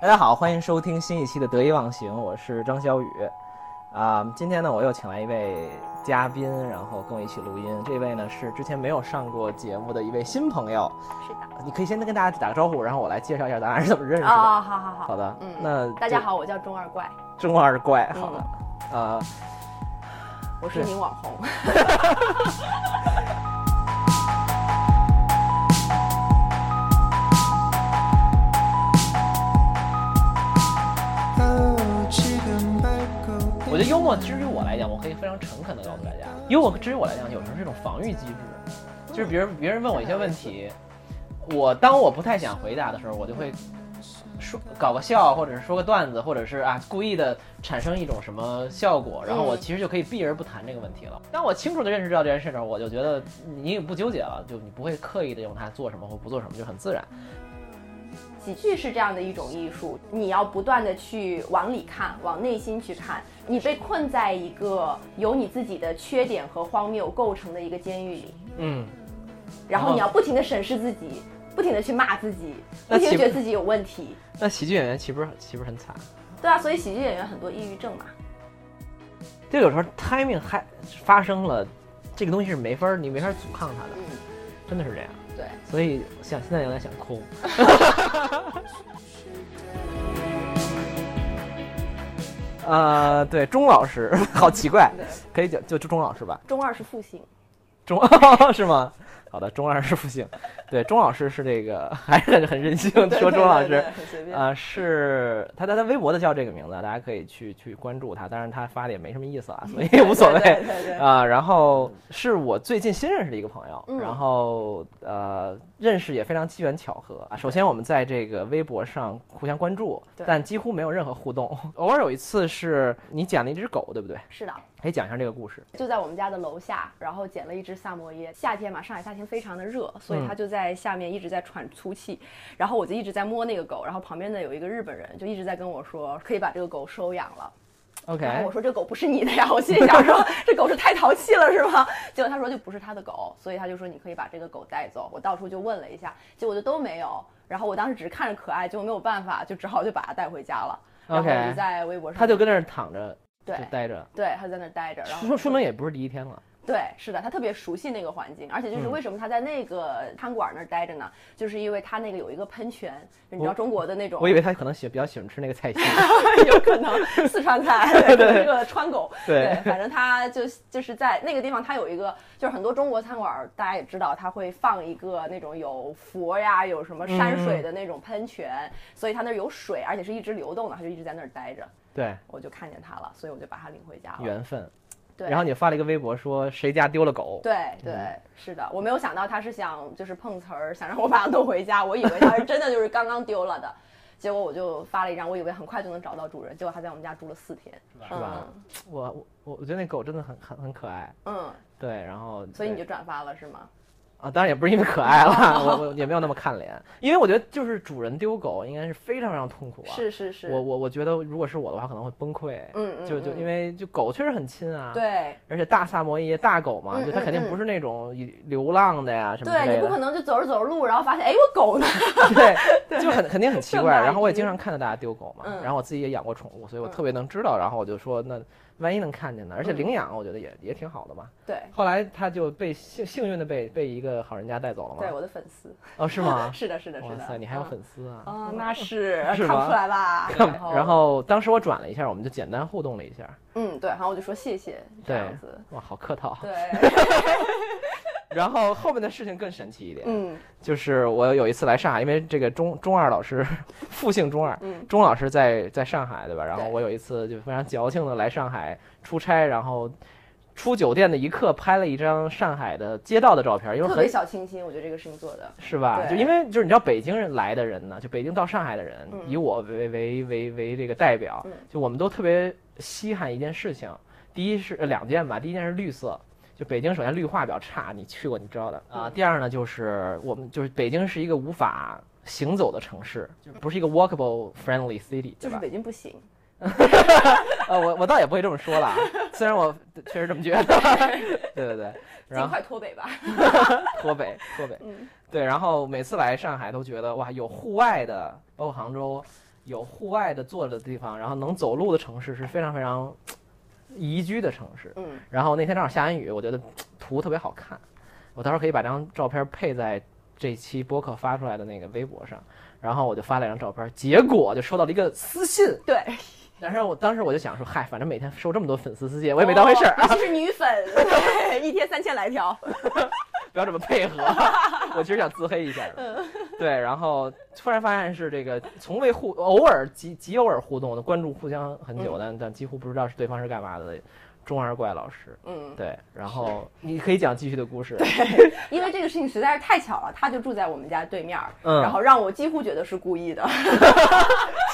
大家好，欢迎收听新一期的《得意忘形》，我是张小雨。啊、今天呢，我又请来一位嘉宾，然后跟我一起录音。这位呢是之前没有上过节目的一位新朋友，是的。你可以先跟大家打个招呼，然后我来介绍一下咱俩是怎么认识的。啊、好好好，好的，嗯那大家好，我嗯叫钟二怪，就，中二怪，好的，呃，我是对女网红。我觉得幽默，其实对我来讲，我可以非常诚恳的告诉大家，幽默对于我来讲，有时候是一种防御机制，就是别人别人问我一些问题，我当我不太想回答的时候，我就会说搞个笑，或者是说个段子，或者是啊故意的产生一种什么效果，然后我嗯其实就可以避而不谈这个问题了。当我清楚的认识到这件事的时候，我就觉得你也不纠结了，就你不会刻意的用它做什么或不做什么，就很自然。喜剧是这样的一种艺术，你要不断的去往里看，往内心去看。你被困在一个由你自己的缺点和荒谬构成的一个监狱里，嗯，然然后后你要不停的审视自己，不停的去骂自己，那不停岂的不觉得自己有问题。那喜剧演员岂不是岂不是很惨？对啊，所以喜剧演员很多抑郁症嘛。就有时候 timing 还发生了，这个东西是没法儿你没法儿阻抗它的，嗯，真的是这样。对。所以想现在有点想 哭。呃，对，钟老师， 好奇 怪，对可以叫就就钟老师吧，中二是复兴，钟 是吗？好的，钟二是不行。对，钟老师是这个， 还是很很任性，说钟老师对对对。很随便。啊、是他他他微博的叫这个名字，大家可以去去关注他。当然他发的也没什么意思 啊，所以无所谓。对对对 对啊、然后是我最近新认识的一个朋友，嗯然后呃，认识也非常机缘巧合啊。首先我们在这个微博上互相关注，对但几乎没有任何互动。 偶尔有一次是你捡了一只狗，对不对？是的。可以讲一下这个故事。就在我们家的楼下，然后捡了一只萨摩耶。夏天嘛，上海夏天非常的热，所嗯以它就在下面一直在喘粗气。然后我就一直在摸那个狗，然后旁边的有一个日本人就一直在跟我说，可以把这个狗收养了。然 OK，后我说这狗不是你的呀，我心里 想说这狗是太淘气了是吗？结果他说就不是他的狗，所以他就说你可以把这个狗带走。我到处就问了一下，结果就都没有。然后我当时只是看着可爱，就没有办法，就只好就把它带回家了。然后 OK 我就在微博上，他就跟那儿躺着就对待着，对，他就在那儿待着，然后说说明也不是第一天了。对，是的，他特别熟悉那个环境，而且嗯就是为什么他在那个餐馆那儿待着呢？就是因为他那个有一个喷泉，就你知道中国的那种，我以为他可能喜比较喜欢吃那个 菜心。有可能四 川菜，对，可能是个川狗，对反正他就就是在那个地方，他有一个，就是很多中国餐馆儿大家也知道，他会放一个那种有佛呀，有什么山嗯水的那种喷泉，所以他那儿有水，而且是一直流动的，他就一直在那儿待着，对，我就看见他了，所以我就把他领回家了。缘分。对，然后你发了一个微博说谁家丢了狗，对对、是的，我没有想到他是想就是碰瓷儿，想让我把它弄回家，我以为他是真的就是刚刚丢了的，结果我就发了一张，我以为很快就能找到主人，结果他在我们家住了四天，嗯是是吧？我我我我觉得那狗真的很很很可爱。嗯嗯，对，然后所以你对就转发了是吗？啊，当然也不是因为可 爱了，我我也没有那么看脸，因为我觉得就是主人丢狗应该是非常非常痛苦啊。是是是，我我我觉得如果是我的话，可能会崩溃。嗯嗯就就嗯因为就狗确实很亲啊。。对。而且大萨摩耶大狗嘛，嗯就它肯定嗯嗯不是那种以流浪的呀什么之对类你不的。可能就走着走着路，然后发现哎，我狗呢？对， 就很肯定很奇正怪。大然后我也一经常看到大家丢狗嘛，嗯然后我自己也养过宠物，所以我嗯特别能知道。然后我就说，那万一能看见呢？而且嗯领养我觉得也也挺好的嘛。对后来它就被幸幸运的被被一个好人家带走了嘛。对，我的粉丝哦，是吗？是的，是的，是哇的。塞，你还有粉丝啊？啊！啊， 那是是看吗不出来吧？ 然后，然后当时我转了一下，我们就简单互动了一下，嗯，对，然后我就说谢谢，这对样子，哇，好客套。对，然后后面的事情更神奇一点，嗯就是我有一次来上海，因为这个中中二老师，复姓中二，嗯钟老师在在上海对吧？然后对我有一次就非常矫情的来上海出差，然后出酒店的一刻拍了一张上海的街道的照片，因为特别很小清新，我觉得这个事情做的，是吧？就对因为就是你知道北京人来的人呢，就北京到上海的人，嗯以我为为为为这个代表嗯，就我们都特别稀罕一件事情，第一是呃两件吧，第一件是绿色。就北京首先绿化比较差，你去过你知道的啊。嗯第二呢，就是我们就是北京是一个无法行走的城市，就不是一个 walkable friendly city，就对是吧？北京不行。呃，我我倒也不会这么说了，啊，虽然我确实这么觉得。 对 对对，然尽后快脱北吧。 脱北脱北，嗯对，然后每次来上海都觉得哇，有户外的，包括杭州，有户外的坐着的地方，然后能走路的城市是非常非常宜居的城市。嗯，然后那天正好下完雨，我觉得图特别好看，我到时候可以把这张照片配在这期播客发出来的那个微博上。然后我就发了一张照片，结果就收到了一个私信，对，但是我当时我就想说，嗨，反正每天收这么多粉丝私信，我也没当回事儿啊哦，尤其是女 粉，对，一天三千来条，不要这么配 合。我其实想自黑一下嗯的，对。然后突然发现是这个从未互偶尔极极偶尔互动的关注互相很久，嗯但但几乎不知道是对方是干嘛的中二怪老师。嗯，对，然后你可以讲继续的故事。因为这个事情实在是太巧了，他就住在我们家对面儿，嗯然后让我几乎觉得是故意的，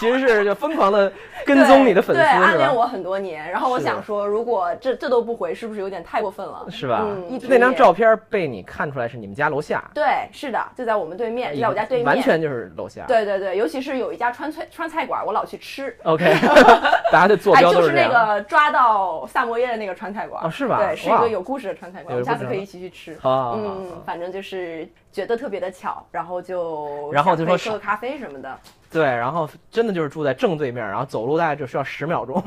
其实是就疯狂的跟踪你的粉丝，对，对暗是恋吧？我很多年，然后我是想说，如果这这都不回，是不是有点太过分了？是吧嗯，一？直那张也照片被你看出来是你们家楼下，对，是的，就在我们对面，就在我家对面，完全就是楼下。对对对，尤其是有一家川菜川菜馆，我老去吃。 ，OK，大家的坐哎，标就都这是那样。个抓到萨摩耶的那个川菜馆哦是吧对，是一哇个有故事的川菜馆，我有们下故次事可以的一起去吃。好好好好嗯，反正就是觉得特别的巧，然后就然后就说想可以喝个咖啡什么的，对，然后真的就是住在正对面，然后走路大概只需要十秒钟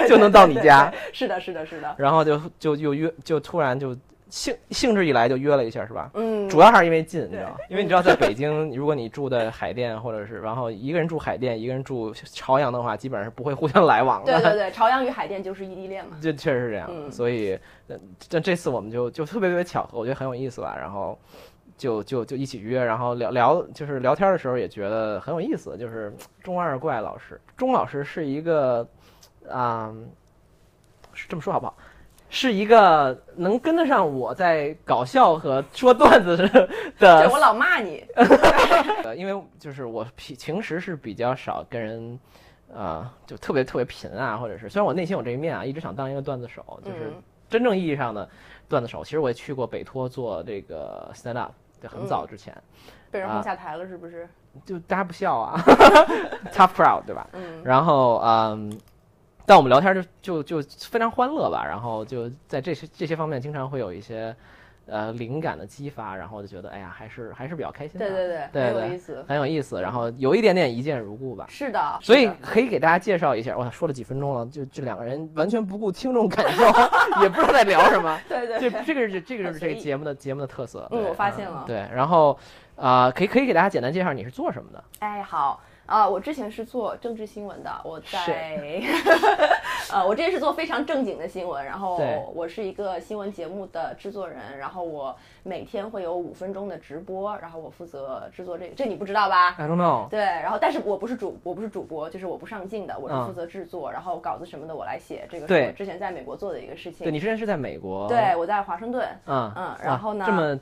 就能到你家，对。对对 是的，是的，是的。 然后就就就约，就突然就兴兴致一来就约了一下，是吧？嗯，主要还是因为近，你知道吗对，因为你知道在北京，如果你住在海淀或者是然后一个人住海淀，一个人住朝阳的话，基本上是不会互相来往对对的。 对，朝阳与海淀就是异地恋嘛。这确实是这样，嗯所以呃这这次我们就就特别特别巧合，我觉得很有意思吧。然后就就就一起约，然后聊聊，就是聊天的时候也觉得很有意思。就是钟二怪老师，钟老师是一个，啊、是这么说好不好？是一个能跟得上我在搞笑和说段子的对，的我老骂你。呃，因为就是我平平时是比较少跟人，呃，就特别特别贫啊，或者是虽然我内心有这一面啊，一直想当一个段子手，就是嗯真正意义上的段子手。其实我也去过北托做这个 stand up，就嗯很早之前，被人啊轰下台了是不是？就大家不笑 啊，tough crowd 对吧？嗯然后嗯，但我们聊天就就就非常欢乐吧，然后就在这些这些方面经常会有一些呃灵感的激发，然后就觉得哎呀，还是还是比较开心的对啊，对对对，很有对意思。很有意思，然后有一点点一见如故吧。是的，所是以的可以给大家介绍一下，哇，说了几分钟了，就这两个人完全不顾听众感受， 也不知道在聊什么。对对这对，这个是这个很是随这意个节目的节目的特色。嗯对我发现了对，然后啊、呃可以可以给大家简单介绍你是做什么的？哎，好啊，我之前是做政治新闻的，我在， 呃，我之前是做非常正经的新闻，然后对我是一个新闻节目的制作人，然后我每天会有五分钟的直播，然后我负责制作这个，这你不知道吧？ I don't know。对，然后但是我不是主，我不是主播，就是我不上镜的，我是嗯负责制作，然后稿子什么的我来写，这个是对我之前在美国做的一个事情。对你之前是在美国，对，我在华盛顿，嗯嗯然后呢啊这么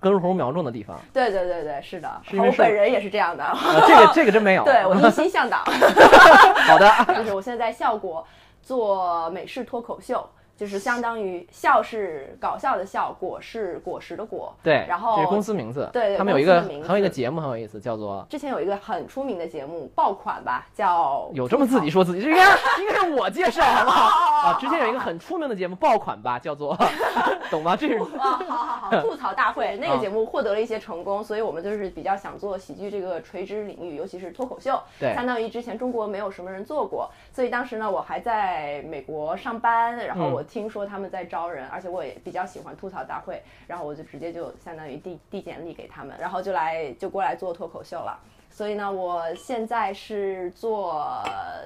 根红苗重的地 方，对对对对，是的，是因为然后我是本人也是这样的，啊、这个这个真没有。对我一心向党。好 的，就是我现在在效果做美式脱口秀，就是相当于笑是搞笑的笑，果是果实的果。对，然后这是公司名字，对对他们有一公个司的名字还有一个节目很有意思，叫 做之前有一个很出名的节目爆款吧，叫有这么自己说自己，这应 该应该是我介绍好不好？啊，之前有一个很出名的节目爆款吧，叫做， 懂吗？这是啊，好好好，吐槽大会那个节目获得了一些成功，所以我们就是比较想做喜剧这个垂直领域，尤其是脱口秀，对相当于之前中国没有什么人做过，所以当时呢，我还在美国上班，然后嗯我听说他们在招人，而且我也比较喜欢吐槽大会，然后我就直接就相当于递递简历给他们，然后就来就过来做脱口秀了。所以呢，我现在是做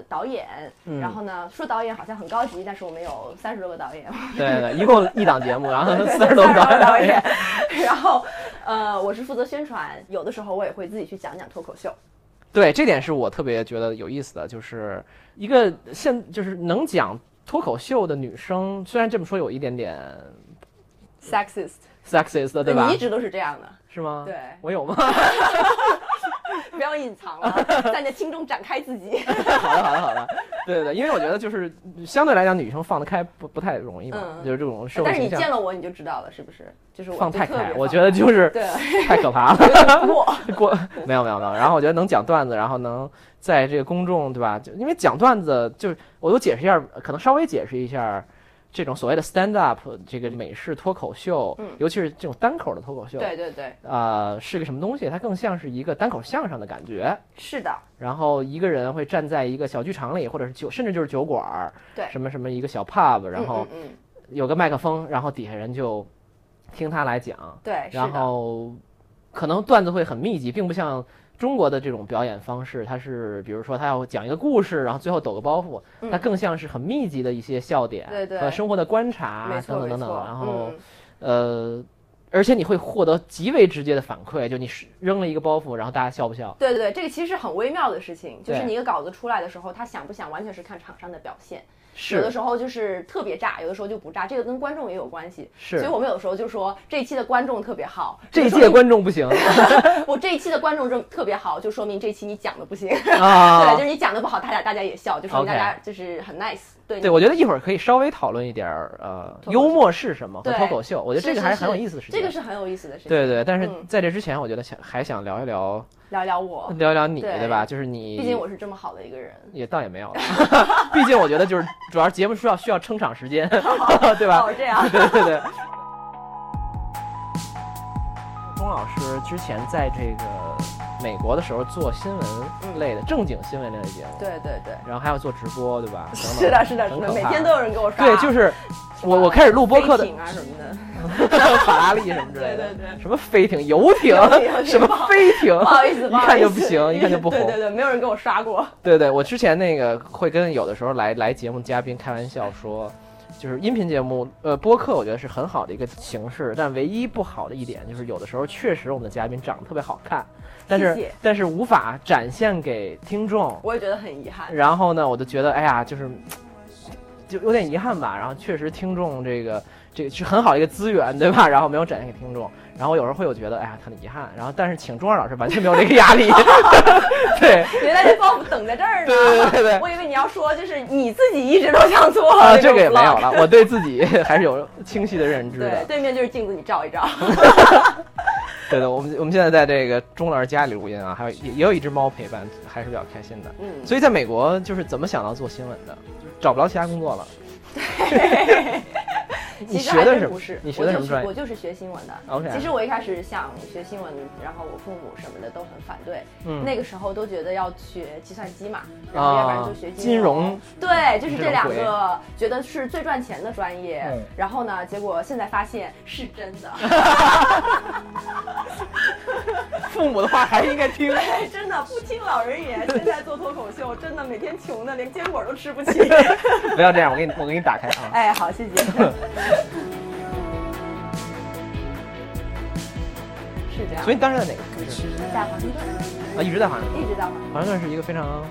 导演，嗯然后呢，说导演好像很高级，但是我们有三十多个 导演，对对，一共一档节目，然后四十多个个导导演演，， 然后呃，我是负责宣传，有的时候我也会自己去讲讲脱口秀。对，这点是我特别觉得有意思的，就是一个现就是能讲脱口秀的女生，虽然这么说有一点点 sexist， sexist 嗯的，对吧你一？直都是这样的，是吗？对我有吗？ 不要隐藏了，向你的听众展开自己。好的，好的，好的。对对对，因为我觉得就是相对来讲，女生放得开不不太容易嘛，嗯就是这种社会但是你形象见了我你就知道了，是不是？就是我放就太特别开，放我觉得就是 对太可怕了。过，过 没有没有没有，然后我觉得能讲段子，然后能在这个公众对吧？就因为讲段子，就是我都解释一下，可能稍微解释一下，这种所谓的 stand up 这个美式脱口秀，嗯尤其是这种单口的脱口秀，对对对，啊、是个什么东西？它更像是一个单口相声的感觉。是的，然后一个人会站在一个小剧场里，或者是酒，甚至就是酒馆儿，对什么什么一个小 pub，然后嗯嗯嗯有个麦克风，然后底下人就听他来讲，对，是然的，后可能段子会很密集，并不像中国的这种表演方式，它是比如说他要讲一个故事，然后最后抖个包袱，它嗯更像是很密集的一些笑点对对和生活的观察没等错啊等没等等，错，然后嗯呃，而且你会获得极为直接的反馈，就你是扔了一个包袱，然后大家笑不笑？对对对，这个其实是很微妙的事情，就是对你一个稿子出来的时候，他想不想完全是看场上的表现，有的是时候就是特别炸，有的时候就不炸，这个跟观众也有关系。是所以我们有时候就说这一期的观众特别好，这一期就说的明观众不行 我这一期的观众这特别好，就说明这期你讲的不行，对，啊就。是你讲的不好，大家大家也笑，就说明 OK 大家就是很 nice，对对，你我觉得一会儿可以稍微讨论一点儿，呃，脱口秀幽默是什么和对脱口秀，我觉得这个还是是很有意思的事情。这个是很有意思的事情。对对，但是嗯在这之前，我觉得想还想聊一聊聊聊我，聊一聊你，对对吧？就是你，毕竟我是这么好的一个人。也倒也没有了， 毕竟我觉得就是主要节目需要需要撑场时间， 对吧？。哦，这样嗯对对对。钟老师之前在这个美国的时候做新闻类的、正经新闻类的节目， 嗯对对对，然后还要做直播，对 吧？等等是的，是的，是很的，可每怕天都有人给我刷。对，就是什么我我开始录播客的飞艇啊什么 的。法拉利什么之类的，对对对什么飞艇、游艇游艇游艇什么飞 艇，不好意思，一不好意思看就不行，一看就不红对。对对，没有人给我刷过。 对对，我之前那个会跟有的时候来来节目嘉宾开玩笑说，就是音频节目，呃，播客我觉得是很好的一个形式，但唯一不好的一点就是有的时候确实我们的嘉宾长得特别好看，但是谢谢但是无法展现给听众。我也觉得很遗憾。然后呢，我就觉得哎呀，就是就有点遗憾吧。然后确实听众这个这个是很好的一个资源，对吧？然后没有展现给听众。然后有时候会有觉得哎呀很遗憾。然后但是请钟二老师完全没有这个压力， 对。原来这包袱等在这儿呢。对对对对我以为你要说就是你自己一直都想 做啊，这这种个也没有 vlog 了，我对自己 还是有清晰的认知对，的。对面就是镜子，你照 一照。对的，我们我们现在在这个钟老师家里录音啊，还有也也有一只猫陪伴，还是比较开心的。嗯，所以在美国就是怎么想到做新闻的，找不着其他工作了。你其学实还的真是什不么是？，你学的什么专我业？就是我就是学新闻的。 OK 其实我一开始想学新闻，然后我父母什么的都很反对。嗯那个时候都觉得要学计算机嘛，然后要不然啊就学，金融。对，就是这这种两鬼个觉得是最赚钱的专业嗯。然后呢，结果现在发现是真的， 父母的话还是应该 听。对，真的不听老人言，现在做脱口秀，真的每天穷的连坚果都吃不起。 不要这样，我给你我给你打开啊。哎，好，谢谢。 是这样，所以你当时在哪个城市？在华盛顿啊，一直在华盛顿。一直在华盛顿。华盛顿是一个非常，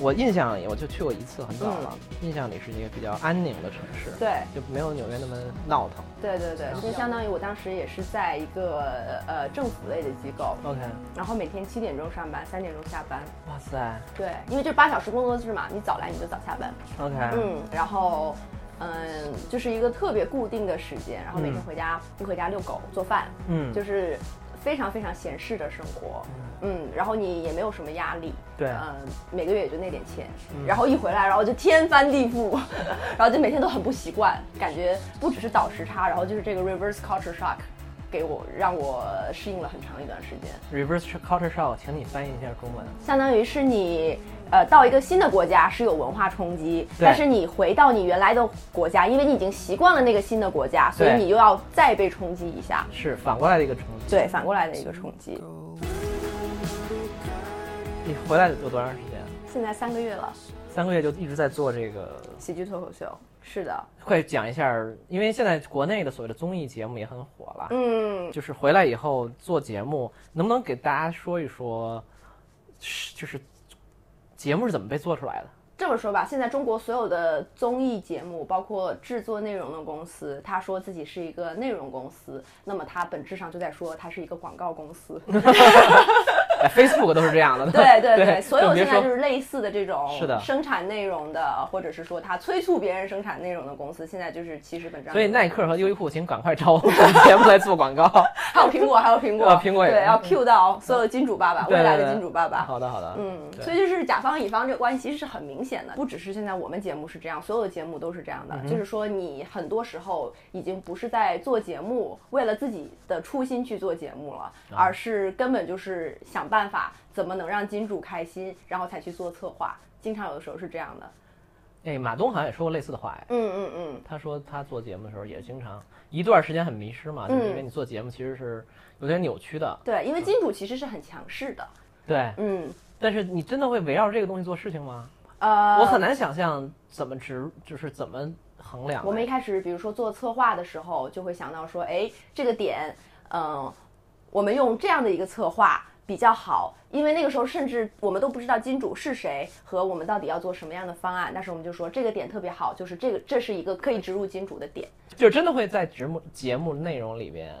我印象里我就去过一次，很早了，印象里是一个比较安宁的城市。对就没有纽约那么闹腾。对对对，就相当于我当时也是在一个呃政府类的机构， OK，然后每天七点钟上班，三点钟下班。哇塞对，因为这八小时工作制嘛，你早来你就早下班。 ，OK，嗯，然后嗯，就是一个特别固定的时间，然后每天嗯回家一回家遛狗、做饭，嗯就是非常非常闲适的生活。嗯，然后你也没有什么压力。对嗯，每个月也就那点钱，然后一回来，然后就天翻地覆， 然后就每天都很不习惯，感觉不只是倒时差，然后就是这个 reverse culture shock，给我让我适应了很长一段时间。 Reverse Culture Shock，请你翻译一下中文。相当于是你呃到一个新的国家是有文化冲击，对但是你回到你原来的国家，因为你已经习惯了那个新的国家，所以对你又要再被冲击一下。是反过来的一个冲击。对，反过来的一个冲击。嗯你回来有多长时间？现在三个月了，三个月就一直在做这个，喜剧脱口秀，是的，会讲一下，因为现在国内的所谓的综艺节目也很火了。嗯，就是回来以后做节目，能不能给大家说一说，是就是节目是怎么被做出来的？这么说吧，现在中国所有的综艺节目，包括制作内容的公司，他说自己是一个内容公司，那么他本质上就在说他是一个广告公司。哎，Facebook 都是这样 的。对对对对，所有更别现在说就是类似的这种是的生产内容的，或者是说它催促别人生产内容的公司，现在就是其实本质上。所以耐克和优衣库，请赶快找我们节目来做 广告。还有苹果，还有苹果，啊苹果也对，是要 Q 到所有金主爸爸，对未来对的对金主爸爸。好的，好的，嗯，对所以就是甲方乙方这个关系其实是很明显的，不只是现在我们节目是这样，所有的节目都是这样的。就是说，你很多时候已经不是在做节目，为了自己的初心去做节目了，而是根本就是想办法怎么能让金主开心，然后才去做策划。经常有的时候是这样的。哎，马东好像也说过类似的话，哎，嗯嗯嗯，他说他做节目的时候也经常一段时间很迷失嘛，就是嗯因为你做节目其实是有点扭曲的，对，因为金主其实是很强势的。对。嗯，但是你真的会围绕着这个东西做事情吗？呃，我很难想象怎么植，就是怎么衡量。我们一开始，比如说做策划的时候，就会想到说，哎，这个点，嗯，我们用这样的一个策划比较好，因为那个时候甚至我们都不知道金主是谁和我们到底要做什么样的方案，但是我们就说这个点特别好，就是这个这是一个可以植入金主的点。就真的会在节目节目内容里边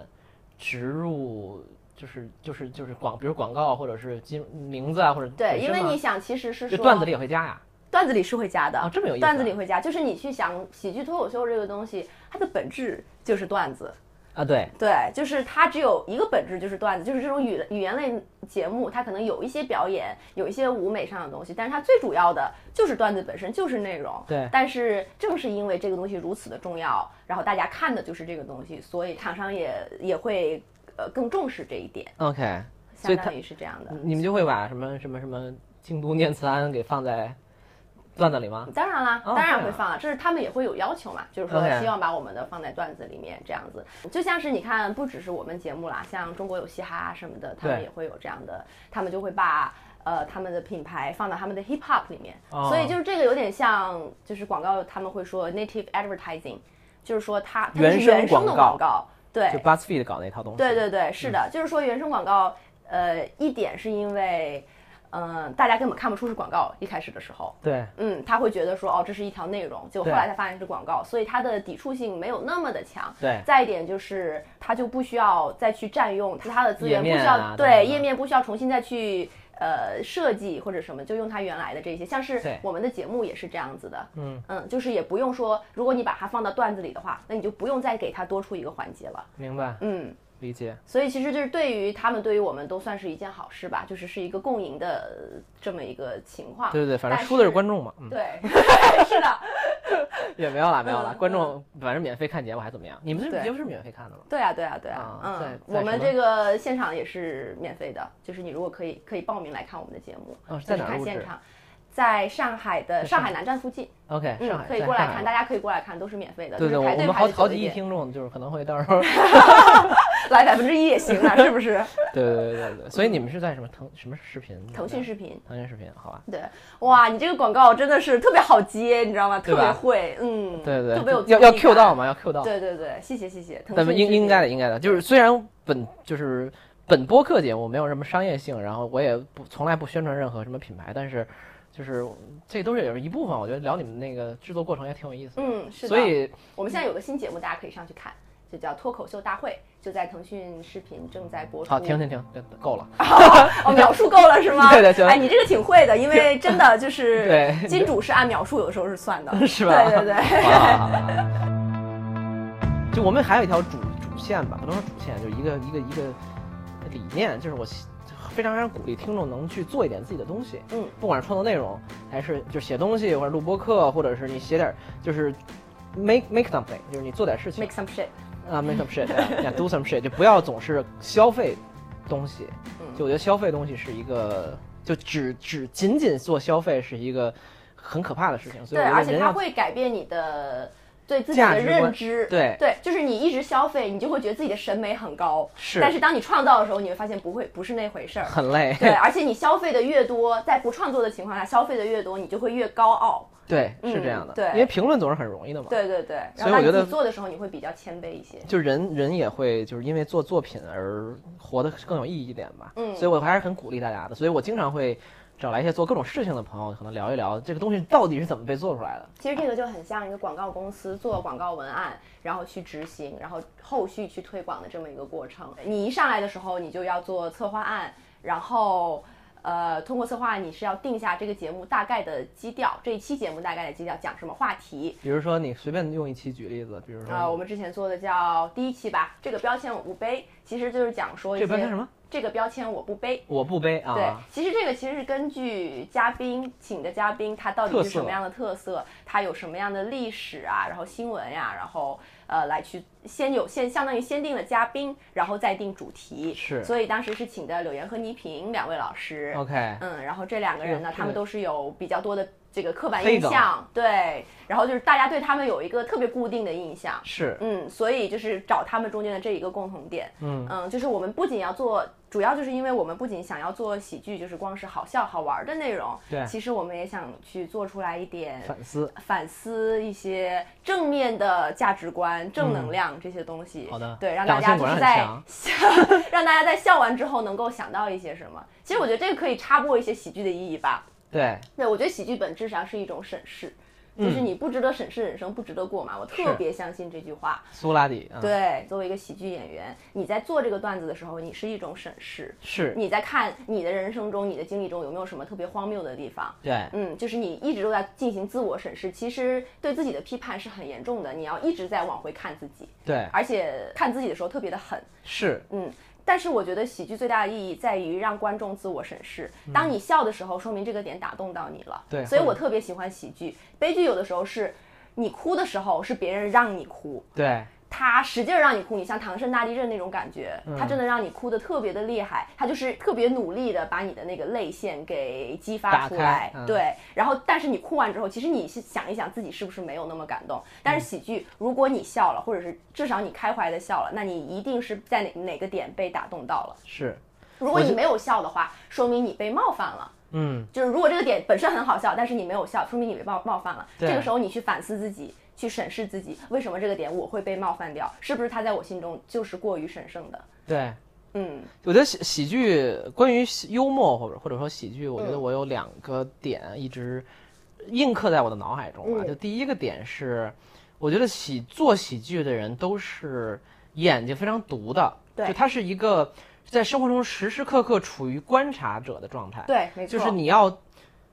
植入，就是就是就是广，比如广告啊或者是金名字啊，或者对，本身因为嘛你想，其实是就说段子里也会加呀。段子里是会加的啊这么有意思啊段子里会加，就是你去想喜剧脱口秀这个东西，它的本质就是段子。啊，对，对，就是它只有一个本质，就是段子，就是这种语语言类节目，它可能有一些表演，有一些舞美上的东西，但是它最主要的就是段子本身，就是内容。对但是正是因为这个东西如此的重要，然后大家看的就是这个东西，所以厂商也也会呃更重视这一点， OK，所相以他当于是这样的。你们就会把什么什么什么京都念慈庵给放在段子里吗？当然啦，哦当然这会样放啊了，这是他们也会有要求嘛，就是说 OK 希望把我们的放在段子里面这样子。就像是你看，不只是我们节目啦，像中国有嘻哈啊什么的，他们对也会有这样的，他们就会把。呃，他们的品牌放到他们的 hip hop 里面，哦所以就是这个有点像，就是广告他们会说 native advertising，就是说它它原是生原生广的告广告，对，就嗯 BuzzFeed 搞那套东西。对对对，是的，就是说原生广告，呃，一点是因为，嗯、大家根本看不出是广告，一开始的时候，对嗯，他会觉得说，哦，这是一条内容，结果对后来才发现是广告，所以它的抵触性没有那么的强。对再一点就是，它就不需要再去占用它的资源，页面不需要啊等等对页面不需要重新再去呃设计或者什么，就用它原来的这些，像是对我们的节目也是这样子的。嗯嗯，就是也不用说，如果你把它放到段子里的话，那你就不用再给它多出一个环节了。明白嗯，理解。所以其实就是对于他们，对于我们都算是一件好事吧，就是是一个共赢的呃这么一个情况。对对对，反但正输的是观众嘛，嗯，对， 是的。也没有啦，没有啦，嗯观众反正免费看节目还怎么样？你们这对节目是免费看的吗？对啊，对啊，对啊啊，在嗯，在我们什么这个现场也是免费的，就是你如果可以可以报名来看我们的节目，哦是就在是哪儿看录现制场，在上海的上上海南站附近， ？OK，上嗯海，可以在过来上海看，大家可以过来看，都是免费的，对对，就是我排我队们排好的好久几一亿点，听众就是可能会到 时候，来百分之一也行啊，是 不是？对对对对对，所以你们是在什么腾什么视频？腾讯视频，腾讯视频，好吧？对，哇，你这个广告真的是特别好接，你知道吗？对特吧别会，嗯，对对特别有对，要要综艺 Q 到感？嘛，要 Q 到。对对对，谢谢谢谢，腾但讯应视应频该的，应该的，就是虽然本就是本播客节目没有什么商业性，然后我也不从来不宣传任何什么品牌，但是就是这都是有一部分，我觉得聊你们那个制作过程也挺有意思的。嗯，是的，所以我嗯们现在有个新节目，大家可以上去看，就叫脱口秀大会，就在腾讯视频正在播出。好，停停停，对够 了。哦，描述够了是 吗？对对行哎，你这个挺会的，因为真 的就是对金主是按描述，有时候是算的，是吧对对对，好了好了好了好了。 就我们还有一条主主线吧，不能说主线，就是一个一个一个理念，就是我希非常非常鼓励听众能去做一点自己的东西，嗯，不管是创作内容，还是就写东西，或者录播课，或者是你写点儿就是 make make something，就是你做点事情 make some shit。啊、make some shit，yeah, do some shit，就不要总是消费东西。嗯就我觉得消费东西是一个，就只只仅仅做消费是一个很可怕的事情，所以我对，觉而得且人它要会改变你的对自己的价值观认知。对对，就是你一直消费，你就会觉得自己的审美很高，是但是当你创造的时候，你会发现不会不是那 回事儿。很累。对，而且你消费的越多，在不创作的情况下，消费的越多，你就会越高傲。 对，嗯是这样的。对因为评论总是很容易的嘛。，对对对，所以然后当我觉你得自己做的时候，你会比较谦卑一些。就人人也会就是因为做作品而活得更有意义一点吧。嗯所以我还是很鼓励大家的。所以我经常会找来一些做各种事情的朋友，可能聊一聊这个东西到底是怎么被做出来的。其实这个就很像一个广告公司做广告文案，然后去执行，然后后续去推广的这么一个过程。你一上来的时候，你就要做策划案，然后呃，通过策划你是要定下这个节目大概的基调，这一期节目大概的基调讲什么话题。比如说你随便用一期举例子，比如说啊、我们之前做的叫第一期吧，这个标签我不背，其实就是讲说一这些标签什么？这个标签我不背，我不背啊，对，其实这个其实是根据嘉宾请的嘉宾他到底特是色什么样的特色，他有什么样的历史啊，然后新闻呀、然后呃来去先有先相当于先定了嘉宾，然后再定主题。是哦所以当时是请的柳岩和倪萍两位老师。 OK，嗯，然后这两个人呢，是他们都是有比较多的这个刻板黑印梗象，对，然后就是大家对他们有一个特别固定的印象。是嗯，所以就是找他们中间的这一个共同点，嗯就是我们不仅要做，主要就是因为我们不仅想要做喜剧，就是光是好笑好玩儿的内容，对其实我们也想去做出来一点反思。反思一些正面的价值观、正能量这些东西。嗯好的对，让大党家性就果然是很在强 让大家在笑完之后能够想到一些什么。其实我觉得这个可以插播一些喜剧的意义吧。对，对，我觉得喜剧本质上是一种审视，就是你不值得审视人生，不值得过嘛。我嗯特是别相信这句话。苏拉底，啊，对，作为一个喜剧演员，你在做这个段子的时候，你是一种审视，是，你在看你的人生中、你的经历中有没有什么特别荒谬的地方。对，嗯，就是你一直都在进行自我审视，其实对自己的批判是很严重的，你要一直在往回看自己，对，而且看自己的时候特别的狠。是，嗯，但是我觉得喜剧最大的意义在于让观众自我审视。当你笑的时候，说明这个点打动到你了。对所以或我者特别喜欢喜剧。悲剧有的时候是，你哭的时候是别人让你哭，对，他使劲儿让你哭，你像唐山大地震那种感觉，嗯他真的让你哭的特别的厉害，他就是特别努力的把你的那个泪腺给激发打出开来，嗯对。然后，但是你哭完之后，其实你是想一想自己是不是没有那么感动。但嗯是喜剧，如果你笑了，或者是至少你开怀的笑了，那你一定是在哪哪个点被打动到了。是，如果你没有笑的话，说明你被冒犯了。嗯，就是如果这个点本身很好笑，但是你没有笑，说明你被冒冒犯了。对这个时候你去反思自己，去审视自己，为什么这个点我会被冒犯掉？是不是他在我心中就是过于神圣的？对。嗯，我觉得喜喜剧关于喜幽默或者或者说喜剧，我觉得嗯我有两个点一直印刻在我的脑海中啊。嗯就第一个点是，我觉得喜做喜剧的人都是眼睛非常毒的，对就他是一个在生活中时时刻刻处于观察者的状态，对，没错，就是你要，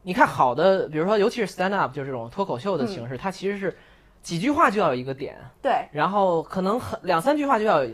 你看好的，比如说尤其是 stand up，就这种脱口嗯秀的形式，它其实是几句话就要有一个点，对然后可能很两三句话就要有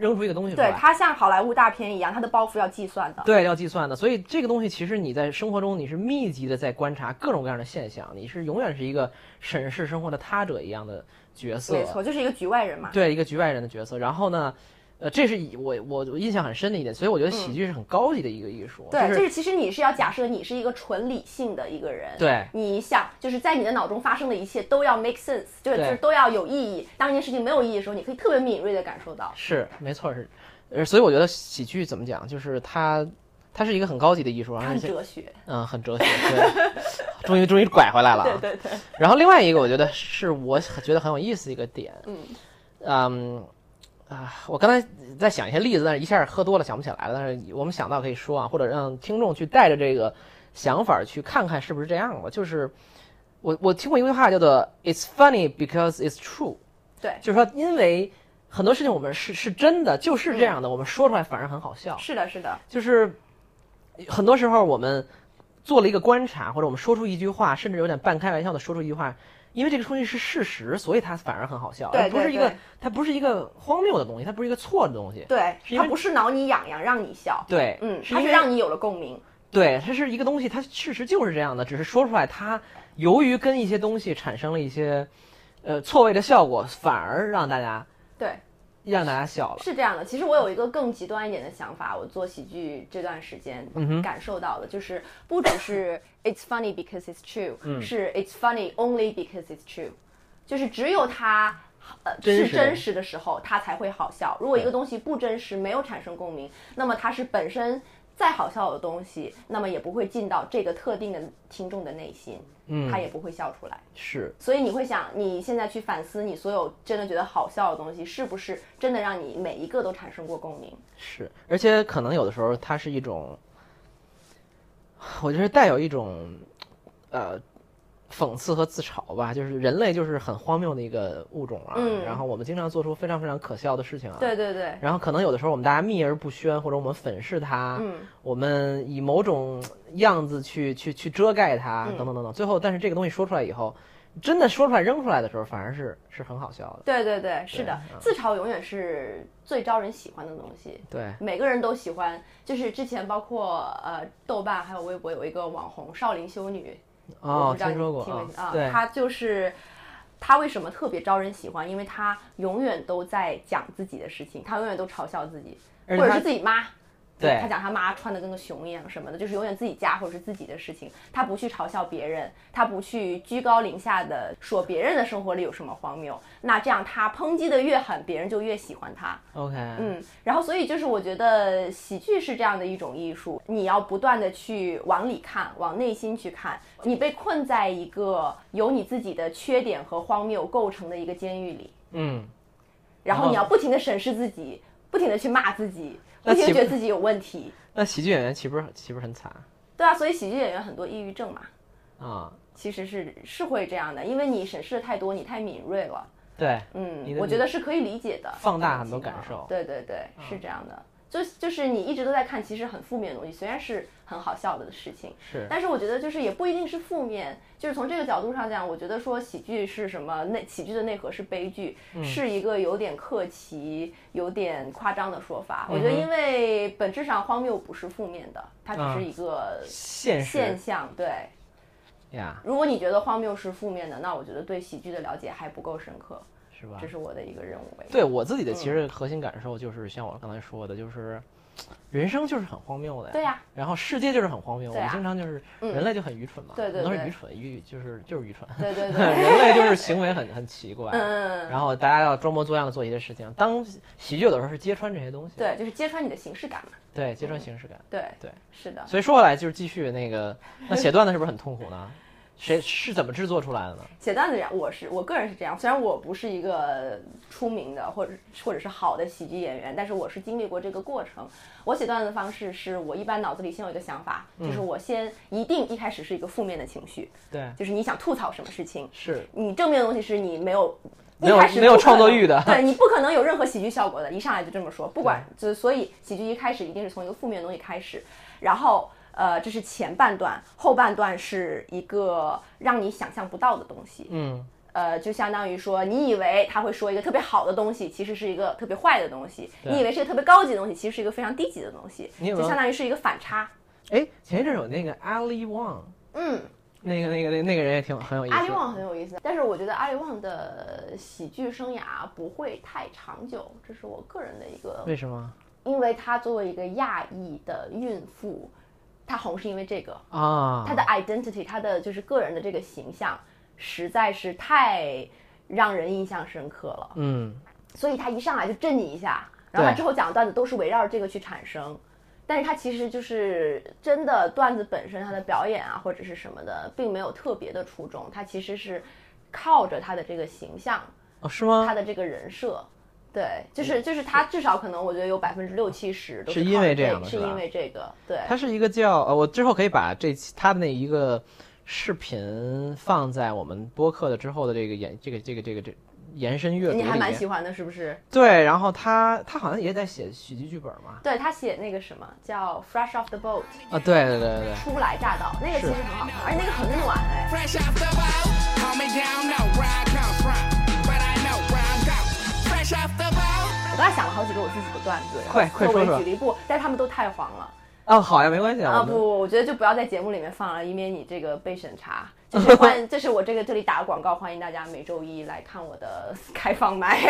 扔出一个东西出对，来。他像好莱坞大片一样，他的包袱要计算的。对，要计算的，所以这个东西其实你在生活中你是密集的在观察各种各样的现象，你是永远是一个审视生活的他者一样的角色，没错，就是一个局外人嘛。对一个局外人的角色。然后呢，呃，这是以我我我印象很深的一点，所以我觉得喜剧是很高级的一个艺术，嗯就对，就是是其实你是要假设你是一个纯理性的一个人，对你想就是在你的脑中发生的一切都要 make sense，就是就对是都要有意义。当一件事情没有意义的时候，你可以特别敏锐的感受到。是没错是，呃，所以我觉得喜剧怎么讲，就是它它是一个很高级的艺术，它而很且哲学，嗯很哲学，对， 终于终于拐回来了、啊，对对，然后另外一个，我觉得是我觉得很有意思的一个点，嗯嗯，啊，我刚才在想一些例子，但是一下喝多了想不起来了。但是我们想到可以说啊，或者让听众去带着这个想法去看看是不是这样的。就是我我听过一句话叫做 “It's funny because it's true”，对就是说因为很多事情我们是是真的，就是这嗯样的，我们说出来反而很好笑。是的，是的。就是很多时候我们做了一个观察，或者我们说出一句话，甚至有点半开玩笑的说出一句话，因为这个东西是事实，所以它反而很好笑，对而不是对一个对它不是一个荒谬的东西，它不是一个错的东西，对是，因它为不是挠你痒痒让你笑，对，嗯，是它因是为让你有了共鸣。对，它是一个东西，它事实就是这样的，只是说出来它由于跟一些东西产生了一些呃错位的效果，反而让大家对，让大家笑了，是这样的。其实我有一个更极端一点的想法，我做喜剧这段时间嗯感受到的，就是不只 是 it's funny because it's true，、是嗯 it's funny only because it's true，就是只有它。呃，真是实真实的时候，它才会好笑。如果一个对东西不真实，没有产生共鸣，那么它是本身再好笑的东西，那么也不会进到这个特定的听众的内心，嗯，他也不会笑出来。是所以你会想，你现在去反思你所有真的觉得好笑的东西，是不是真的让你每一个都产生过共鸣？是，而且可能有的时候它是一种，我觉得带有一种，呃，讽刺和自嘲吧，就是人类就是很荒谬的一个物种啊。嗯然后我们经常做出非常非常可笑的事情啊。对。对对，然后可能有的时候我们大家秘而不宣，或者我们粉饰它，嗯，我们以某种样子去去去遮盖它，嗯等等等等。最后，但是这个东西说出来以后，真的说出来扔出来的时候，反而是是很好笑的。对对对，是对啊的，自嘲永远是最招人喜欢的东西。对，每个人都喜欢，就是之前包括呃豆瓣还有微博有一个网红少林修女，我哦不，知道听你说过哦听没听啊，对，她就是她为什么特别招人喜欢？因为她永远都在讲自己的事情，她永远都嘲笑自己，而或且者她是自己妈。对她讲她妈穿的跟个熊一样什么的，就是永远自己家或者是自己的事情，她不去嘲笑别人，她不去居高临下的说别人的生活里有什么荒谬。那这样她抨击的越狠，别人就越喜欢她。 OK，嗯，然后所以就是我觉得喜剧是这样的一种艺术，你要不断的去往里看，往内心去看。你被困在一个由你自己的缺点和荒谬构成的一个监狱里，嗯，然后哦你要不停的审视自己，不停的去骂自己，那不停的岂觉得不自己有问题。那喜剧演员岂不是岂不是很惨对啊，所以喜剧演员很多抑郁症嘛，啊？其实是是会这样的，因为你审视的太多，你太敏锐了。对，你嗯，的我觉得是可以理解的，放大这种很多情况感受嗯对对对，是这样的。就就是你一直都在看，其实很负面的东西，虽然是很好笑的事情，是但是我觉得就是也不一定是负面。就是从这个角度上讲，我觉得说喜剧是什么内喜剧的内核是悲剧，嗯是一个有点客气、有点夸张的说嗯法。我觉得因为本质上荒谬不是负面的，它只是一个现现实象。对，呀，如果你觉得荒谬是负面的，那我觉得对喜剧的了解还不够深刻。是吧这？是嗯我的一个任务。对我自己的其实核心感受就是像我刚才说的，就是人生就是很荒谬的呀。对啊呀然后世界就是很荒谬，我对们啊嗯经常就是人类就很愚蠢嘛，对对都是对愚蠢，愚就是就是愚蠢， 对对对，人类就是行为很很奇怪，嗯，然后大家要装模作样的做一些事情。当喜剧有的时候是揭穿这些东西，对，就是揭穿你的形式感嘛。对，揭穿形式感。对对，是的。所以说回来就是继续那个，那写段子是不是很痛苦 呢？谁是怎么制作出来的呢？写段子这样，我是我个人是这样，虽然我不是一个出名的或者或者是好的喜剧演员，但是我是经历过这个过程。我写段子的方式是我一般脑子里先有一个想法，嗯就是我先一定一开始是一个负面的情绪，对，就是你想吐槽什么事情，是你正面的东西是你没有。没有一开始没有不可能创作欲的 对你不可能有任何喜剧效果的，一上来就这么说，不管就所以喜剧一开始一定是从一个负面的东西开始，然后呃这是前半段，后半段是一个让你想象不到的东西，嗯，呃就相当于说你以为他会说一个特别好的东西，其实是一个特别坏的东西，对你以为是一个特别高级的东西，其实是一个非常低级的东西，你有没就有相当于是一个反差。哎，前一阵有那个 Ali Wong，嗯，那个那个那那个人也挺很有意思。阿里旺很有意思，但是我觉得阿里旺的喜剧生涯不会太长久，这是我个人的一个，为什么因为她作为一个亚裔的孕妇，她红是因为这个，啊？她的 identity，她的就是个人的这个形象，实在是太让人印象深刻了，嗯，所以她一上来就震你一下，然后她对之后讲的段子都是围绕着这个去产生。但是她其实就是真的段子本身，她的表演啊或者是什么的，并没有特别的出众，她其实是靠着她的这个形象，哦是吗她？的这个人设，对，就是就是她至少可能我觉得有百分之六七十都嗯是靠因为着这样的是是吧因为这个，对，他是一个叫呃，我之后可以把这期他的那一个视频放在我们播客的之后的这个延这个这个这个这延伸阅读你里还蛮喜面。欢的，是不是？对，然后他他好像也在写喜剧剧本嘛。对她写那个什么叫 Fresh off the boat，啊，对对对对初来乍到，那个其实很好看，而且那个很暖哎。 Fresh off the boat, call me down, know where I come from, but I know where I'm going. Fresh off the boat. 我刚才想了好几个我自己的段子，然后快快作为说说举例不，但是他们都太黄了。对。哦，好呀，没关系啊我不，们我觉得就不要在节目里面放了，以免你这个被 审查。就是欢，这是我这个这里打个广告，欢迎大家每周一来看我的开放麦，？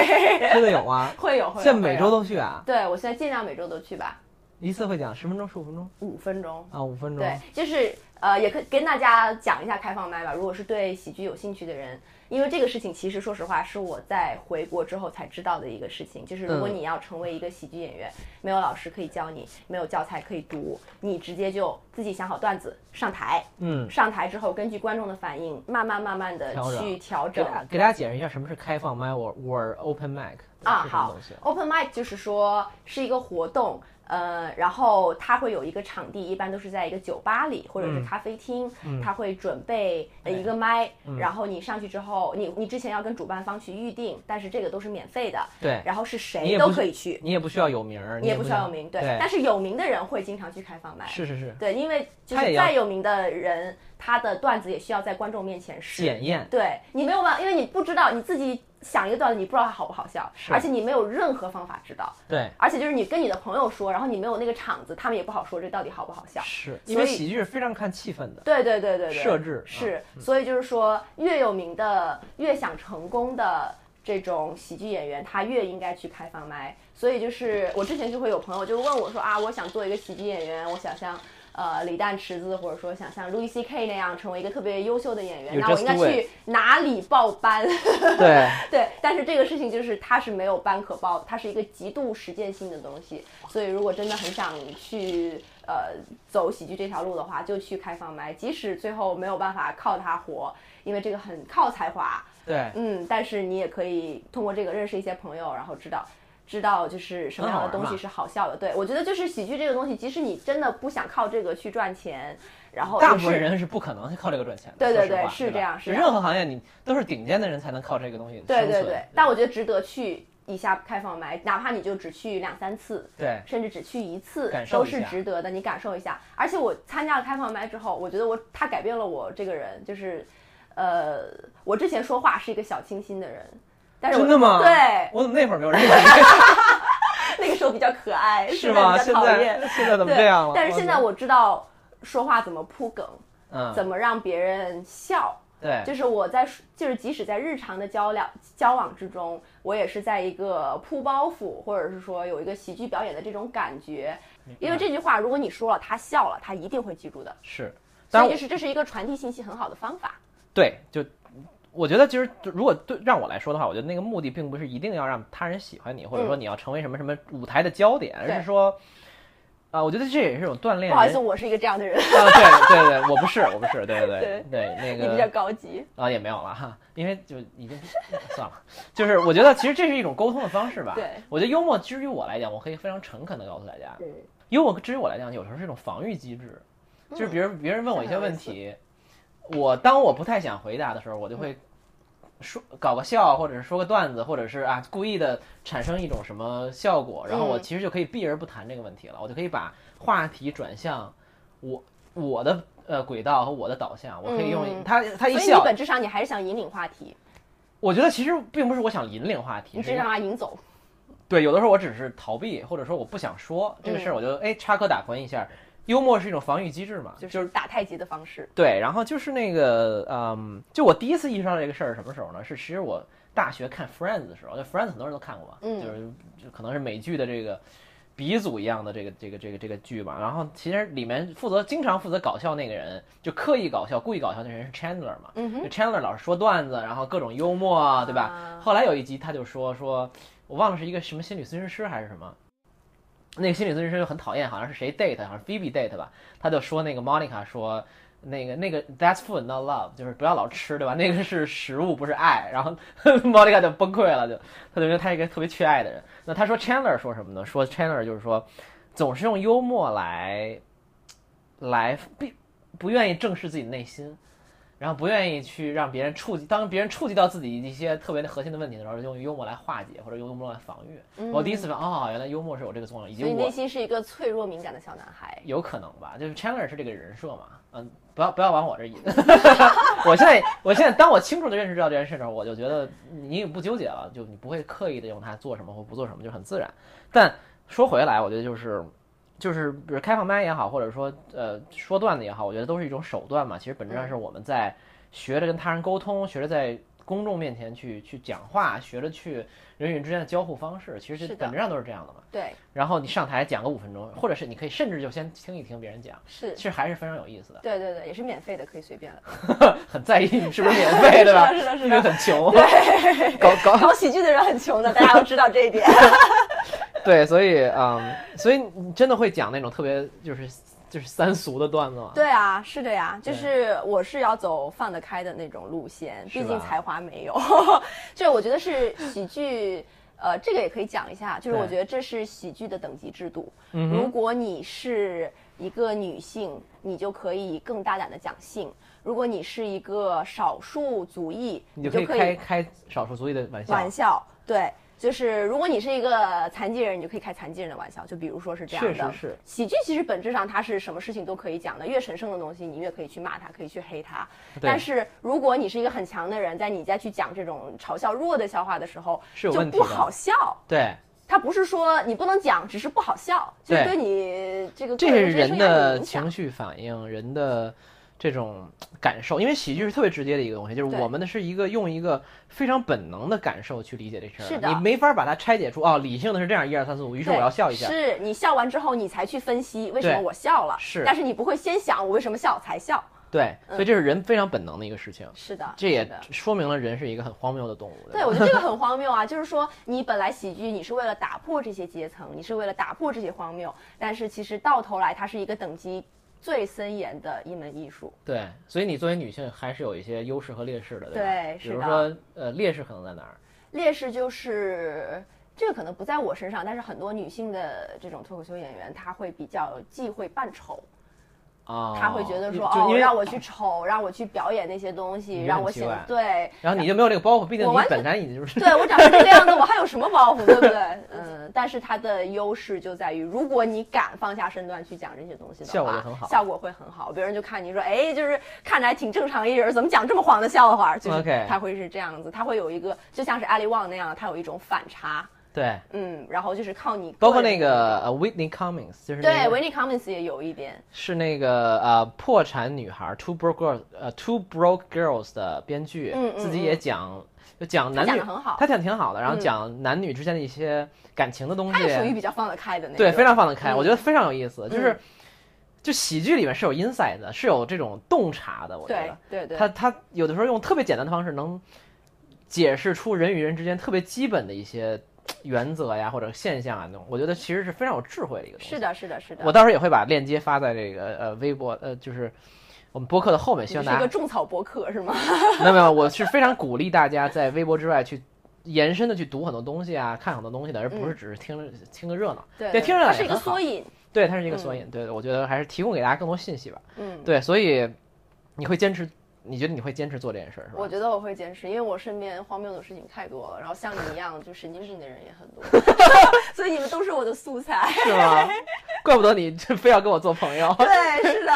真的有吗 会有会有。现在每会周有都去啊，对我现在尽量每周都去吧，一次会讲十分钟、十五分钟五分钟。啊，五分钟。对，就是呃，也可以跟大家讲一下开放麦吧。如果是对喜剧有兴趣的人，因为这个事情其实说实话是我在回国之后才知道的一个事情，就是如果嗯你要成为一个喜剧演员，没有老师可以教你，没有教材可以读，你直接就自己想好段子上台，嗯，上台之后根据观众的反应，慢慢慢慢的调整啊去调给整大家给大家解释一下什么是开放麦，我我 open mic 是啊，什么好东西？ ，open mic 就是说是一个活动，呃，然后它会有一个场地，一般都是在一个酒吧里或者是嗯咖啡厅，嗯它会准备呃一个麦，嗯然后你上去之后，你你之前要跟主办方去预定，但是这个都是免费的，对，然后是你谁也不都是可以去，你也不需要有名儿，你也不需要有名，对，对但是有名的人会经常去开放麦，是是是，对，因为就他也是要再有名的人，他的段子也需要在观众面前试，检验对你没有办法，因为你不知道你自己想一个段子，你不知道它好不好笑，是而且你没有任何方法知道，对。而且就是你跟你的朋友说，然后你没有那个场子，他们也不好说这到底好不好笑。是所以因为喜剧是非常看气氛的，对对对对对，设置啊是，所以就是说，越有名的、越想成功的这种喜剧演员，他越应该去开放麦。所以就是我之前就会有朋友就问我说啊，我想做一个喜剧演员，我想像呃李诞、池子，或者说想像 Louis C K 那样成为一个特别优秀的演员， You 那我应 just 该 do 去哪里报班？对，对，但是这个事情就是它是没有班可报的，它是一个极度实践性的东西。所以如果真的很想去呃走喜剧这条路的话，就去开放麦，即使最后没有办法靠它活，因为这个很靠才华，对，嗯，但是你也可以通过这个认识一些朋友，然后知道。知道就是什么哦样的东西是好笑的，对我觉得就是喜剧这个东西，即使你真的不想靠这个去赚钱，然后大也部分是人是不可能靠这个赚钱的。对说对实对话是对吧这样是就这样任何行业你都是顶尖的人才能靠这个东西对生对存对，但我觉得值得去一下开放麦，哪怕你就只去两三次，对甚至只去一次感，受都一是下值得的。你感受一下。而且我参加了开放麦之后，我觉得我他改变了我这个人，就是，呃，我之前说话是一个小清新的人，但是我真的吗？对，我怎么那会儿没有 认识你？那个时候比较可爱，是吧？吗？比现较讨在厌。现在怎么对这样了？但是现在我知道说话怎么铺梗，嗯，怎么让别人笑。对，就是我在就是即使在日常的交流交往之中，我也是在一个铺包袱，或者是说有一个喜剧表演的这种感觉。因为嗯这句话，如果你说了，他笑了，他一定会记住的。是，所但以是就我是这是一个传递信息很好的方法。对，就我觉得其实如果对让我来说的话，我觉得那个目的并不是一定要让他人喜欢你，或者说嗯你要成为什么什么舞台的焦点，而对是说，啊，我觉得这也是一种锻炼人。不好意思，我是一个这样的人，啊，对对对，我不是，我不是，对对对对，那你比较个高级。啊也没有了哈，因为就已经算了，就是我觉得其实这是一种沟通的方式吧。对，我觉得幽默之于我来讲，我可以非常诚恳的告诉大家，嗯，幽默之于我来讲，有时候是一种防御机制，就是别人别人问我一些问题，我当我不太想回答的时候，我就嗯会说搞个笑，或者是说个段子，或者是啊故意的产生一种什么效果，然后我嗯其实就可以避而不谈这个问题了，我就可以把话题转向我我的呃轨道和我的导向，我可以用嗯他他一所以你笑，本质上你还是想引领话题，我觉得其实并不是我想引领话题，你是只因是为让他引走。对，有的时候我只是逃避，或者说我不想说这嗯个事儿，我就哎插科打诨一下。幽默是一种防御机制嘛，就是打太极的方式，对，然后就是那个，嗯，就我第一次意识到这个事儿是什么时候呢？是其实我大学看《Friends》的时候，就《Friends》很多人都看过吧，嗯就是就可能是美剧的这个鼻祖一样的这个这个这个这个剧吧。然后其实里面负责经常负责搞笑那个人，就刻意搞笑、故意搞笑那人是 Chandler 嘛，嗯哼就 Chandler 老是说段子，然后各种幽默啊，对吧？啊后来有一集他就说说，我忘了是一个什么心理咨询师还是什么。那个心理咨询师就很讨厌，好像是谁 date，好像是 Phoebe date 吧，他就说那个 Monica 说，那个那个 That's food not love，就是不要老吃，对吧？ 那个是食物，不是爱。然后 Monica 就崩溃了，就他就觉得他是一个特别缺爱的人。那他说 Chandler 说什么呢？说 Chandler 就是说，总是用幽默来来不不愿意正视自己的内心，然后不愿意去让别人触及，当别人触及到自己一些特别核心的问题的时候，用幽默来化解或者用幽默来防御。我第一次发现，哦，原来幽默是有这个作用，以及嗯所以我内心是一个脆弱敏感的小男孩。有可能吧，就是 Chandler 是这个人设嘛，嗯，不要不要往我这引。 我现在我现在当我清楚的认识到这件事的时候，我就觉得你也不纠结了，就你不会刻意的用它做什么或不做什么，就很自然。但说回来，我觉得就是就是比如开放麦也好，或者说呃说段子也好，我觉得都是一种手段嘛。其实本质上嗯是我们在学着跟他人沟通，学着在公众面前去去讲话，学着去人与人之间的交互方式，其是实的本质上都是这样的嘛。对，然后你上台讲个五分钟，或者是你可以甚至就先听一听别人讲，是其，实还是非常有意思的。对对对，也是免费的，可以随便了。很在意你是不是免费，对吧？ 是的是的是因的为 很穷，搞搞搞喜剧的人很穷的，大家都知道这一点。对，所以嗯，所以你真的会讲那种特别就是就是三俗的段子吗？，对啊，是的呀，就对是我是要走放得开的那种路线，是毕竟 吧才华没有。这我觉得是喜剧。呃，这个也可以讲一下，就是对我觉得这是喜剧的等级制度。嗯如哼，果你是一个女性，你就可以更大胆的讲性；如果你是一个少数族裔，你就可就以可开以开少数族裔的玩笑。玩笑。对，就是如果你是一个残疾人，你就可以开残疾人的玩笑。就比如说是这样的，确实是喜剧其实本质上它是什么事情都可以讲的，越神圣的东西你越可以去骂它，可以去黑它。对但是如果你是一个很强的人，在你再去讲这种嘲笑弱的笑话的时候，是有就问题不的好笑。对，它不是说你不能讲，只是不好笑，就是对对你这个这个是人人生涯有的影响情绪反应，人的这种感受，因为喜剧是特别直接的一个东西，就是对我们的是一个用一个非常本能的感受去理解这事儿，是的你没法把它拆解出哦，理性的是这样一二三四五，于是我对要笑一下，是你笑完之后，你才去分析为什么对我笑了，是但是你不会先想我为什么笑才笑。对，所以嗯这是人非常本能的一个事情，是的，这是也的说明了人是一个很荒谬的动物。对，吧我觉得这个很荒谬啊！就是说，你本来喜剧，你是为了打破这些阶层，你是为了打破这些荒谬，但是其实到头来，它是一个等级最森严的一门艺术。对，所以你作为女性还是有一些优势和劣势的，对吧？对比是如的说呃，劣势可能在哪儿？劣势就是这个可能不在我身上，但是很多女性的这种脱口秀演员，她会比较忌讳扮丑，啊，她会觉得说就因哦，为让我去丑，让我去表演那些东你西，就让很我奇显怪得对，然后你就没有这个包袱，毕竟我你完本全来你就是 对我长成这个样子，我还有什么包袱，对不对？ 嗯，但是它的优势就在于，如果你敢放下身段去讲这些东西的话，效果就很好效果会很好。别人就看你说，哎，就是看着还挺正常一人，怎么讲这么黄的笑话？就是 OK 他会是这样子，他会有一个就像是艾利旺那样，他有一种反差，对，嗯，然后就是靠你个人，包括那个呃 Whitney Cummings，就是那对个维尼 Cummins 也有一点，是那个呃破产女孩 Two Broke Girls 呃 Two Broke Girls 的编剧，嗯嗯自己也讲就讲他男讲女的，很好，他讲得挺好的，然后嗯讲男女之间的一些感情的东他西，也属于比较放得开的那种，啊对，非常放得开，嗯我觉得非常有意思，就是。就喜剧里面是有 insight 的，是有这种洞察的，我觉对得对对，他他有的时候用特别简单的方式能解释出人与人之间特别基本的一些原则呀或者现象啊那种，我觉得其实是非常有智慧的一个东西。是的，是的，是的，我到时候也会把链接发在这个呃微博呃，就是我们播客的后面，你希望是一大个家种草博客是吗？没有没有，我是非常鼓励大家在微博之外去延伸的去读很多东西啊，看很多东西的，而嗯不是只是听着听个热闹。对对听着它也是一个很好缩影，对，它是一个缩影。对，我觉得还是提供给大家更多信息吧。嗯。对，所以你会坚持，你觉得你会坚持做这件事儿是吧？我觉得我会坚持，因为我身边荒谬的事情太多了，然后像你一样就神经病的人也很 多，所以你们都是我的素材。是吗？ 怪不得你这非要跟我做朋友。 对，是的，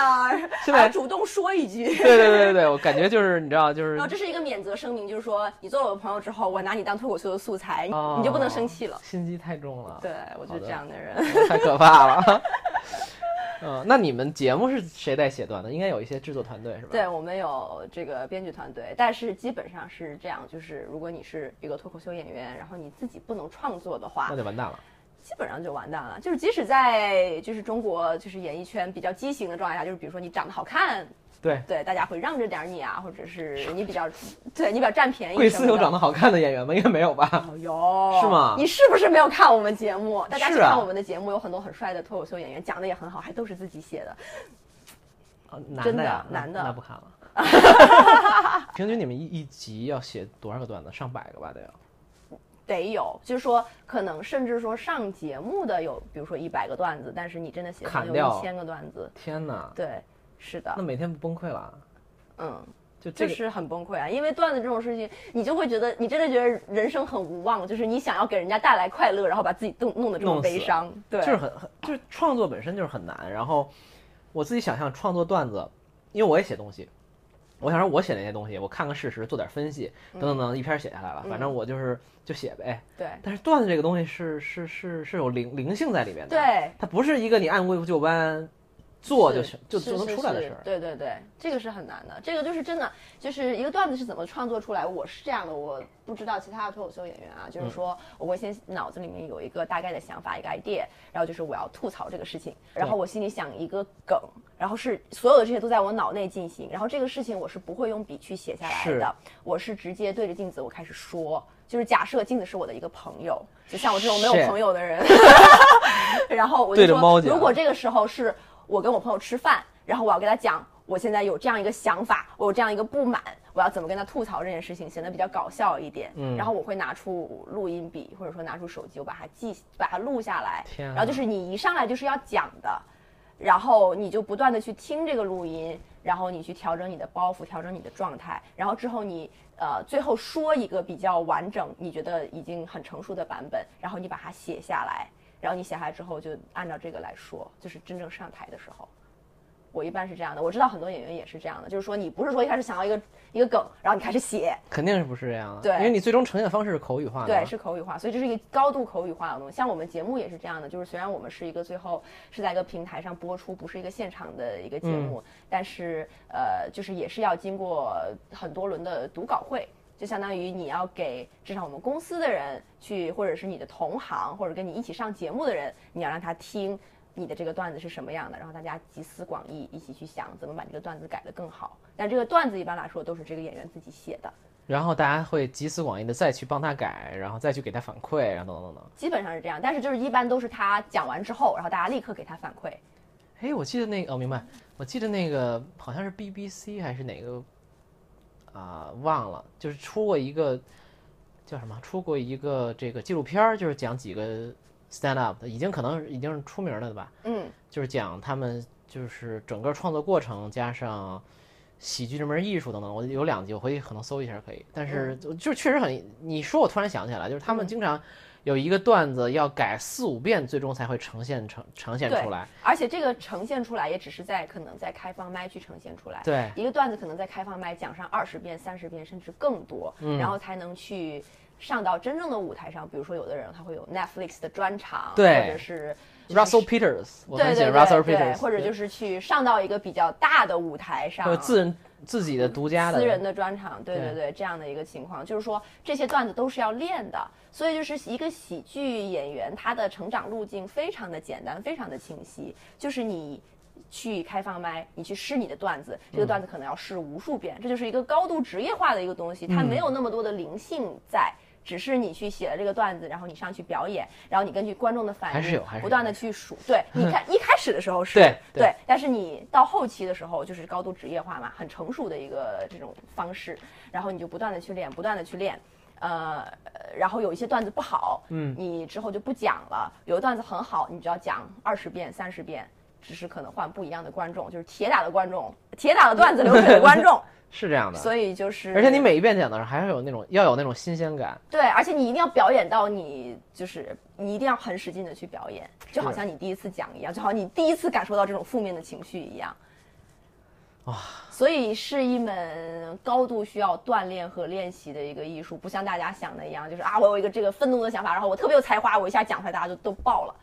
现还要在主动说一句。对对对对对，我感觉就是你知道，就是然后这是一个免责声明，就是说你做了我的朋友之后，我拿你当脱口秀的素材，你哦你就不能生气了。心机太重了。对，我就好是的这样的人。 太可怕了。嗯，那你们节目是谁在写段子？应该有一些制作团队是吧？对，我们有这个编剧团队，但是基本上是这样，就是如果你是一个脱口秀演员，然后你自己不能创作的话那，就完蛋了。基本上就完蛋了。就是即使在就是中国就是演艺圈比较畸形的状态下，就是比如说你长得好看，对，对大家会让着点儿你啊，或者是你比较，对你比较占便宜。贵司有长得得好看的演员吗？应该没有吧？有是吗你是不是没有看我们节目？大家去是啊看我们的节目，有很多很帅的脱口秀演员，讲的也很好，还都是自己写的。啊男真的的呀，男的那那不看了。平均你们一一集要写多少个段子？上百个吧，得有。得有，就是说，可能甚至说上节目的有，比如说一百个段子，但是你真的写砍上有掉一千个段子，天哪，对，是的那，每天不崩溃了？嗯。就这就个是很崩溃啊，因为段子这种事情，你就会觉得你真的觉得人生很无望，就是你想要给人家带来快乐，然后把自己弄弄得这弄么死悲伤，对，就是很很就是创作本身就是很难。然后我自己想象创作段子，因为我也写东西，我想说我写那些东西，我看看事实，做点分析，等嗯等等，一篇写下来了，反正我就是就写呗。对但是段子这个东西是是是是有灵灵性在里面的，，对，它不是一个你按部就班做就行就是就是能出来的是事儿。对对对，这个是很难的，这个就是真的，就是一个段子是怎么创作出来，我是这样的，我不知道其他的脱口秀演员啊，嗯就是说我会先脑子里面有一个大概的想法，一个 idea，然后就是我要吐槽这个事情，然后我心里想一个梗，然后是所有的这些都在我脑内进行，然后这个事情我是不会用笔去写下来是的，我是直接对着镜子我开始说。就是假设镜子是我的一个朋友，就像我这种没有 Shit 朋友的人， 然后我对就着说，猫啊讲如果这个时候是我跟我朋友吃饭，然后我要跟他讲，我现在有这样一个想法，我有这样一个不满，我要怎么跟他吐槽这件事情，显得比较搞笑一点。嗯然后我会拿出录音笔，或者说拿出手机，我把它记，把它录下来。天啊然后就是你一上来就是要讲的，然后你就不断的去听这个录音，然后你去调整你的包袱，调整你的状态，然后之后你呃最后说一个比较完整，你觉得已经很成熟的版本，然后你把它写下来，然后你写下来之后就按照这个来说，就是真正上台的时候。我一般是这样的，我知道很多演员也是这样的，就是说你不是说一开始想要一个一个梗，然后你开始写，肯定是不是这样的，对因为你最终呈现方式是口语化的，对，，是口语化，所以这是一个高度口语化的东西。像我们节目也是这样的，就是虽然我们是一个最后是在一个平台上播出，不是一个现场的一个节目，嗯但是呃，就是也是要经过很多轮的读稿会。就相当于你要给至少我们公司的人去，或者是你的同行，或者跟你一起上节目的人，你要让他听你的这个段子是什么样的，然后大家集思广益，一起去想怎么把这个段子改得更好。但这个段子一般来说都是这个演员自己写的，然后大家会集思广益的再去帮他改，然后再去给他反馈，然后等等等等。基本上是这样，但是就是一般都是他讲完之后，然后大家立刻给他反馈。哎，我记得那个，哦，明白，我记得那个好像是 BBC 还是哪个啊、忘了，就是出过一个叫什么，出过一个这个纪录片儿，就是讲几个 stand up 的，已经可能已经是出名了的吧，嗯，就是讲他们就是整个创作过程加上喜剧这门艺术等等，我有两集，我回去可能搜一下可以。但是就是确实很，你说我突然想起来了，就是他们嗯经常有一个段子要改四五遍，最终才会呈现呈呈现对出来。而且这个呈现出来也只是在可能在开放麦去呈现出来。对，一个段子可能在开放麦讲上二十遍、三十遍甚至更多，嗯然后才能去上到真正的舞台上。比如说，有的人他会有 Netflix 的专场，对或者是 Russell Peters，我对很喜对欢对 Russell 对， Peters，或者就是啊是去上到一个比较大的舞台上，有自人自己的独家的私人的专场，对对对对，这样的一个情况，就是说这些段子都是要练的，所以就是一个喜剧演员他的成长路径非常的简单，非常的清晰，就是你。去开放麦，你去试你的段子，嗯这个段子可能要试无数遍，这就是一个高度职业化的一个东西，嗯它没有那么多的灵性在，只是你去写了这个段子，然后你上去表演，然后你根据观众的反应，还是有还是有不断的去数。对，你看一开始的时候嗯是对对对，但是你到后期的时候就是高度职业化嘛，很成熟的一个这种方式，然后你就不断的去练，不断的去练。呃，然后有一些段子不好，嗯，你之后就不讲了；有的段子很好，你只要讲二十遍、三十遍，只是可能换不一样的观众，就是铁打的观众，铁打的段子流水的观众。 是这样的。所以就是，而且你每一遍讲的时候，还要有那种要有那种新鲜感。对，而且你一定要表演到你就是你一定要很使劲的去表演，就好像你第一次讲一样，就好像你第一次感受到这种负面的情绪一样。哇！所以是一门高度需要锻炼和练习的一个艺术，不像大家想的一样，就是啊，我有一个这个愤怒的想法，然后我特别有才华，我一下讲出来，大家就都爆了。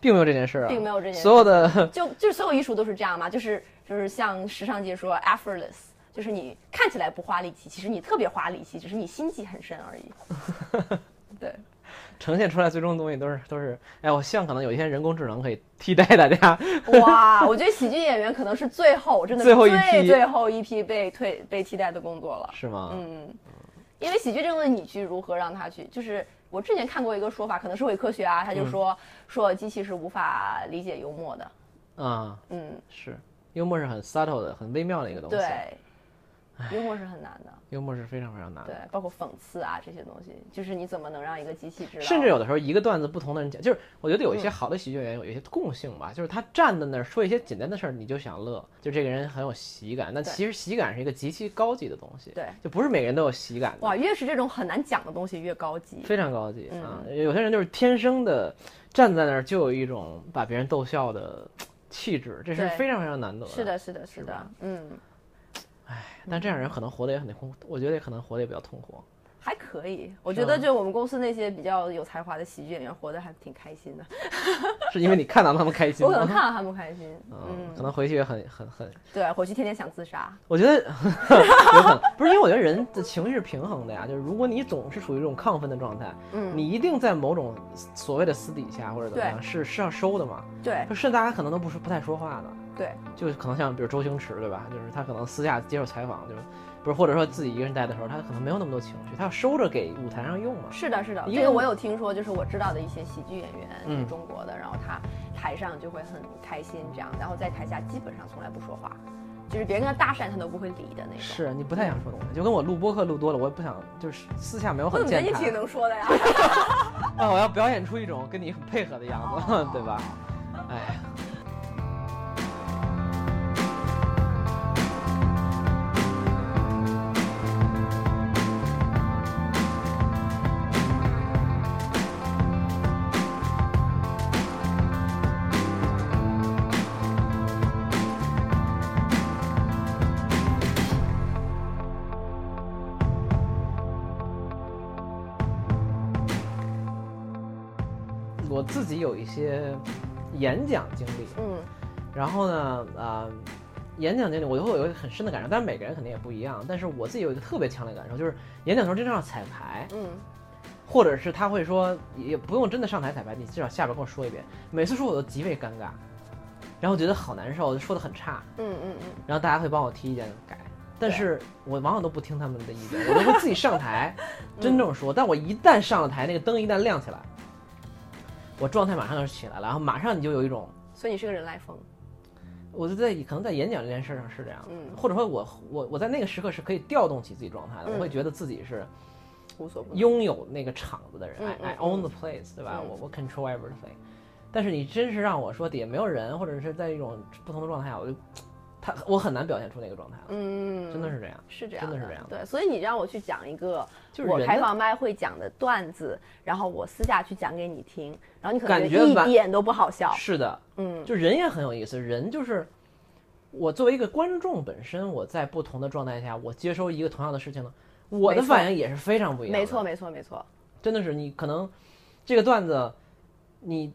并没有这件事啊，并没有这件事所有的 就就是所有艺术都是这样嘛，就是就是像时尚界说 effortless，就是你看起来不花力气，其实你特别花力气，只是你心机很深而已。对。呈现出来最终的东西都是都是，哎，我希望可能有一天人工智能可以替代大家，哇，我觉得喜剧演员可能是最后，真的是最后一批最最后一批被退被替代的工作了。是吗？嗯，因为喜剧这个东西，你去如何让他去？就是我之前看过一个说法，可能是伪科学啊，他嗯就说、说机器是无法理解幽默的。啊，嗯，是，幽默是很 subtle 的，很微妙的一个东西。啊对，幽默是很难的，幽默是非常非常难对的。，包括讽刺啊这些东西，就是你怎么能让一个机器知道？嗯甚至有的时候一个段子不同的人讲，就是我觉得有一些好的喜剧演员有一些共性吧，就是他站在那儿说一些简单的事儿，你就想乐，就这个人很有喜感。那对其实喜感是一个极其高级的东西，对，就不是每个人都有喜感的，哇，嗯越是这种很难讲的东西越高级。非常高级啊。有些人就是天生的站在那儿就有一种把别人逗笑的气质，这是对非常非常难得是的，嗯是的，是是吧的，嗯。但这样人可能活得也很痛，我觉得可能活得也比较痛苦。还可以，我是觉得吗就我们公司那些比较有才华的喜剧演员，活得还挺开心的。是因为你看到他们开心我吗？可能看到他们开心，嗯，可嗯，能回去也很很很，对，回去天天想自杀，我觉得 有可能不是因为我觉得人的情绪是平衡的呀，就是如果你总是处于这种亢奋的状态，嗯你一定在某种所谓的私底下或者怎么样对是是要收的嘛，对就是大家可能都不是不太说话的，对就可能像比如周星驰对吧，就是他可能私下接受采访就是不是或者说自己一个人待的时候，他可能没有那么多情绪，他要收着给舞台上用嘛，是的，是的，因为这个我有听说，就是我知道的一些喜剧演员，嗯是中国的，然后他台上就会很开心这样，然后在台下基本上从来不说话，就是别人跟他搭讪他都不会理的那种。是你不太想说东西，就跟我录播客录多了，我也不想，就是私下没有我很怎么觉得健你挺谈能说的呀？啊，我要表演出一种跟你很配合的样哦子， 对吧？哎，我自己有一些演讲经历，嗯，然后呢，啊、演讲经历我就会有一个很深的感受，但每个人肯定也不一样。但是我自己有一个特别强烈的感受，就是演讲时候真正要彩排，嗯，或者是他会说，也不用真的上台彩排，你至少下边跟我说一遍。每次说我都极为尴尬，然后觉得好难受，说的很差，嗯嗯嗯，然后大家会帮我提意见改。但是我往往都不听他们的意见，我都会自己上 台嗯真正说。但我一旦上了台，那个灯一旦亮起来，我状态马上就起来了，然后马上你就有一种所以你是个人来疯，我就在可能在演讲这件事上是这样，嗯或者说我我我在那个时刻是可以调动起自己状态的，嗯我会觉得自己是无所不能。拥有那个场子的人、嗯 i I 嗯 own the place，对吧？嗯我我 control everything。但是你真是让我说底下没有人，或者是在一种不同的状态下，我就他我很难表现出那个状态了，嗯，真的是这样。是这样真的是这样对，所以你让我去讲一个就是我人开的放麦会讲的段子，然后我私下去讲给你听，然后你可能感觉得觉一完点都不好笑。是的，嗯，就人也很有意思，人就是我作为一个观众本身，我在不同的状态下，我接收一个同样的事情呢，我的没错反应也是非常不一样的。没错，没错，没错。真的是你可能这个段子，你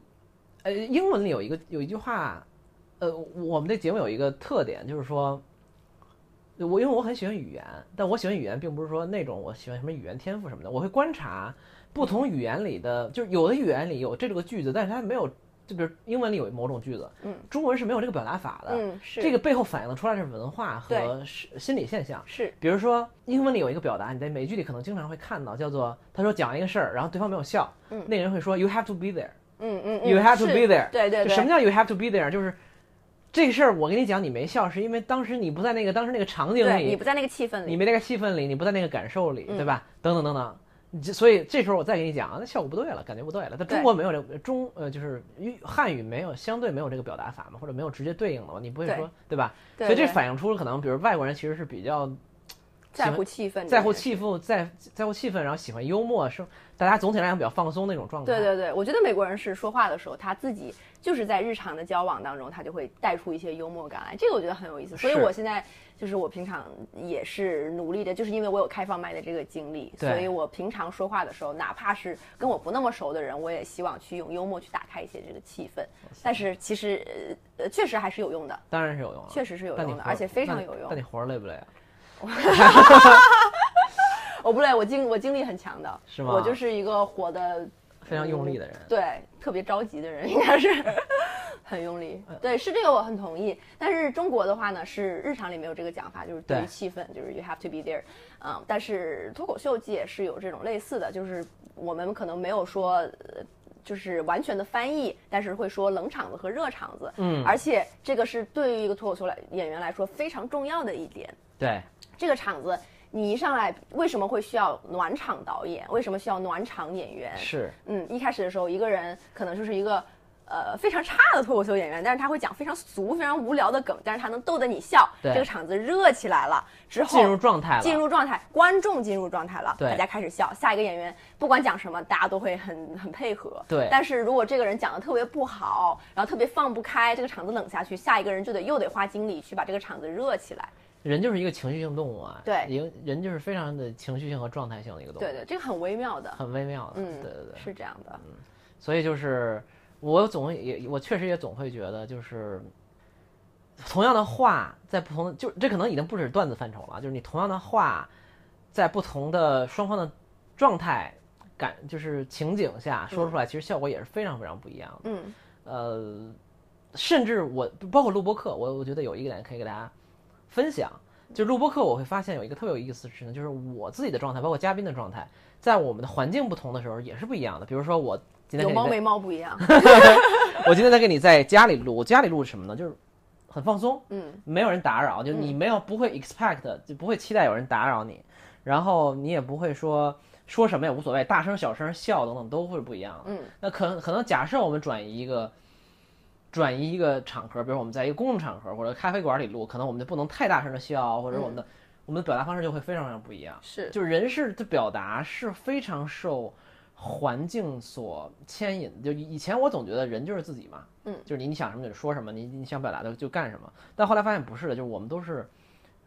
呃，英文里有一个有一句话，呃，我们这节目有一个特点就是说，我因为我很喜欢语言，但我喜欢语言并不是说那种我喜欢什么语言天赋什么的，我会观察不同语言里的，就是有的语言里有这个句子，但是它没有，就比如英文里有某种句子，嗯，中文是没有这个表达法的，嗯，是这个背后反映的出来是文化和对是心理现象。是比如说，英文里有一个表达，你在美剧里可能经常会看到，叫做他说讲一个事儿，然后对方没有笑，嗯那个人会说 “You have to be there, 嗯嗯嗯 you have to 是 be there”。对对就对，什么叫 “You have to be there”？就是这事儿我跟你讲，你没笑，是因为当时你不在那个当时那个场景对里，你不在那个气氛你里，没那个气氛里，你不在那个感受里，嗯对吧？等等等等，你这所以这时候我再给你讲，啊那效果不对了，感觉不对了。但中国没有这个中呃，就是语汉语没有相对没有这个表达法嘛，或者没有直接对应的嘛，你不会对说对吧？对所以这对反映出了可能，比如外国人其实是比较在喜欢乎气氛，在乎。气氛，在在乎气氛，然后喜欢幽默，是大家总体来讲比较放松那种状态。对对对，我觉得美国人是说话的时候，他自己就是在日常的交往当中，他就会带出一些幽默感来，这个我觉得很有意思。所以是我现在就是我平常也是努力的，就是因为我有开放麦的这个经历，对所以我平常说话的时候，哪怕是跟我不那么熟的人，我也希望去用幽默去打开一些这个气氛。哦但是其实呃呃，确实还是有用的，当然是有用了，确实是有但哦你用的，活而且非常但有但用你。活儿累不累啊？我哦不累，我精我精力很强的，是吗我就是一个活的非常用力的人。对，特别着急的人 应该是很用力。对，是这个我很同意。但是中国的话呢，是日常里没有这个讲法，就是对于对气氛，就是 you have to be there。嗯，但是脱口秀界是有这种类似的，就是我们可能没有说。呃就是完全的翻译，但是会说冷场子和热场子，嗯，而且这个是对于一个脱口秀来演员来说非常重要的一点，对，这个场子，你一上来为什么会需要暖场导演？为什么需要暖场演员？是嗯，一开始的时候，一个人可能就是一个呃非常差的脱口秀演员，但是他会讲非常俗、非常无聊的梗，但是他能逗得你笑。对这个场子热起来了之后，进入状态了。进入状态，观众进入状态了，对大家开始笑。下一个演员不管讲什么，大家都会很很配合。对但是如果这个人讲的特别不好，然后特别放不开，这个场子冷下去，下一个人就得又得花精力去把这个场子热起来。人就是一个情绪性动物啊。对人人就是非常的情绪性和状态性的一个动物。对对，，这个很微妙的。很微妙的。嗯，对对对。是这样的。所以就是我总会也我确实也总会觉得就是。同样的话，在不同的就这可能已经不止段子范畴了，就是你同样的话，在不同的双方的状态感，就是情景下说出来，其实效果也是非常非常不一样的。嗯呃，甚至我包括录播课，我我觉得有一点可以给大家分享，就录播课我会发现有一个特别有意思的事情，就是我自己的状态，包括嘉宾的状态，在我们的环境不同的时候也是不一样的。比如说我今天有跟你猫在没猫不一样。 我今天在跟你在家里录，我家里录是什么呢？就是很放松，嗯，没有人打扰，就你没有不会 expect，就不会期待有人打扰你，然后你也不会说说什么也无所谓，大声小声笑等等都会不一样。嗯，那可能可能假设我们转移一个转移一个场合，比如我们在一个公共场合或者咖啡馆里录，可能我们就不能太大声的笑，或者我们的、我们的表达方式就会非常非常不一样。是，就人是的表达是非常受环境所牵引的。就以以前我总觉得人就是自己嘛，嗯就是你你想什么就说什么，你你想表达的就干什么。但后来发现不是的，就是我们都是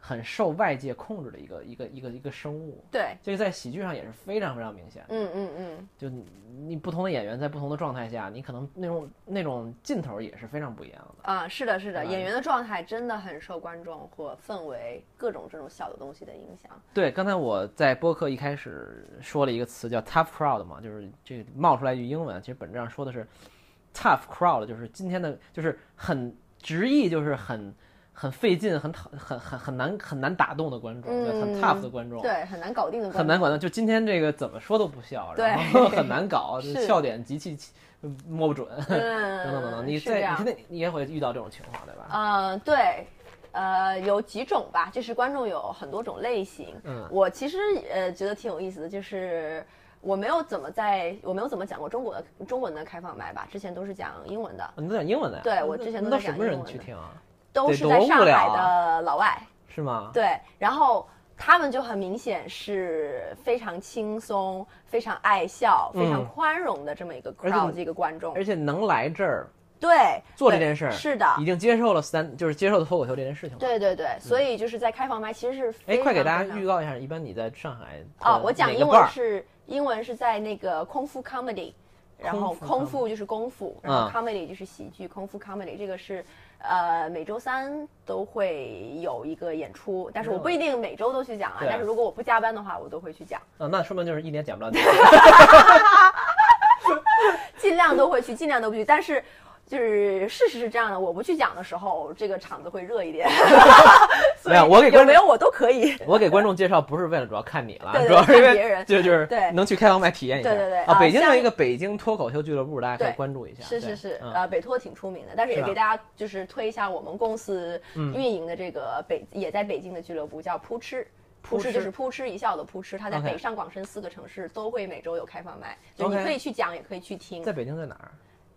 很受外界控制的一个一个一个一个生物。对，这个在喜剧上也是非常非常明显的，嗯嗯嗯，就你你不同的演员在不同的状态下，你可能那种那种劲头也是非常不一样的。啊，是的，是的，对吧演员的状态真的很受观众或氛围各种这种小的东西的影响。对，刚才我在播客一开始说了一个词叫 tough crowd 嘛，就是这个冒出来一句英文，啊其实本质上说的是 tough crowd，就是今天的，就是很直译，就是很很费劲、很讨、很很很难很难打动的观众，对很嗯 tough 的观众，对，很难搞定的观众。很难管到。就今天这个怎么说都不笑，对然后很难 搞，就是笑点极其嗯摸不准，嗯，等等等等。你是这在你样现。在你也会遇到这种情况，对吧？嗯，对，呃，有几种吧，就是观众有很多种类型。嗯我其实呃觉得挺有意思的，就是我没有怎么在我没有怎么讲过中国的中文的开放麦吧，之前都是讲英文的，你都讲英文的呀？对我之前那那都在什讲么英人文去的听啊？都得是多在无上聊海啊的老外。是吗？对，然后他们就很明显是非常轻松、非常爱笑、非常嗯宽容的这么一个而且 crowd，你一个观众而。且能来这儿对，做这对件事儿是的，已经接受了三，就是接受了脱口秀这件事情了。，对对对，所以就是在开放麦其实嗯是哎，非常快给大非家常预告一下，一般你在上海哦的，我讲哪个英 bar 文是英文是在那个空腹 comedy，然后空腹空腹就是功夫，然嗯后 comedy 就是喜剧，空腹 comedy 这个是呃每周三都会有一个演出，但是我不一定每周都去讲啊，嗯对但是如果我不加班的话，我都会去讲，啊，那说明就是一年讲不了 几尽量都会去，尽量都不去，但是。就是事实是这样的，我不去讲的时候，这个场子会热 一点。次。没有，我给啊有观没众有我都可以。我给观众介绍不是为了主要看你了，对对主要是因看别为人就就是对能去开放麦体验一下。对对对啊，啊北京像有一个北京脱口秀俱乐部，大家可以对关注一下。是对是是，嗯呃，北托挺出名的，但是是啊也吧给大家就是推一下我们公司运营的这个北，也在北京的俱乐部叫扑哧。扑哧哧就是扑哧一笑的扑哧，它在 OK 北上广深四个城市都会每周有开放麦，就你 OK 可以去讲，也可以去听在。北京在哪儿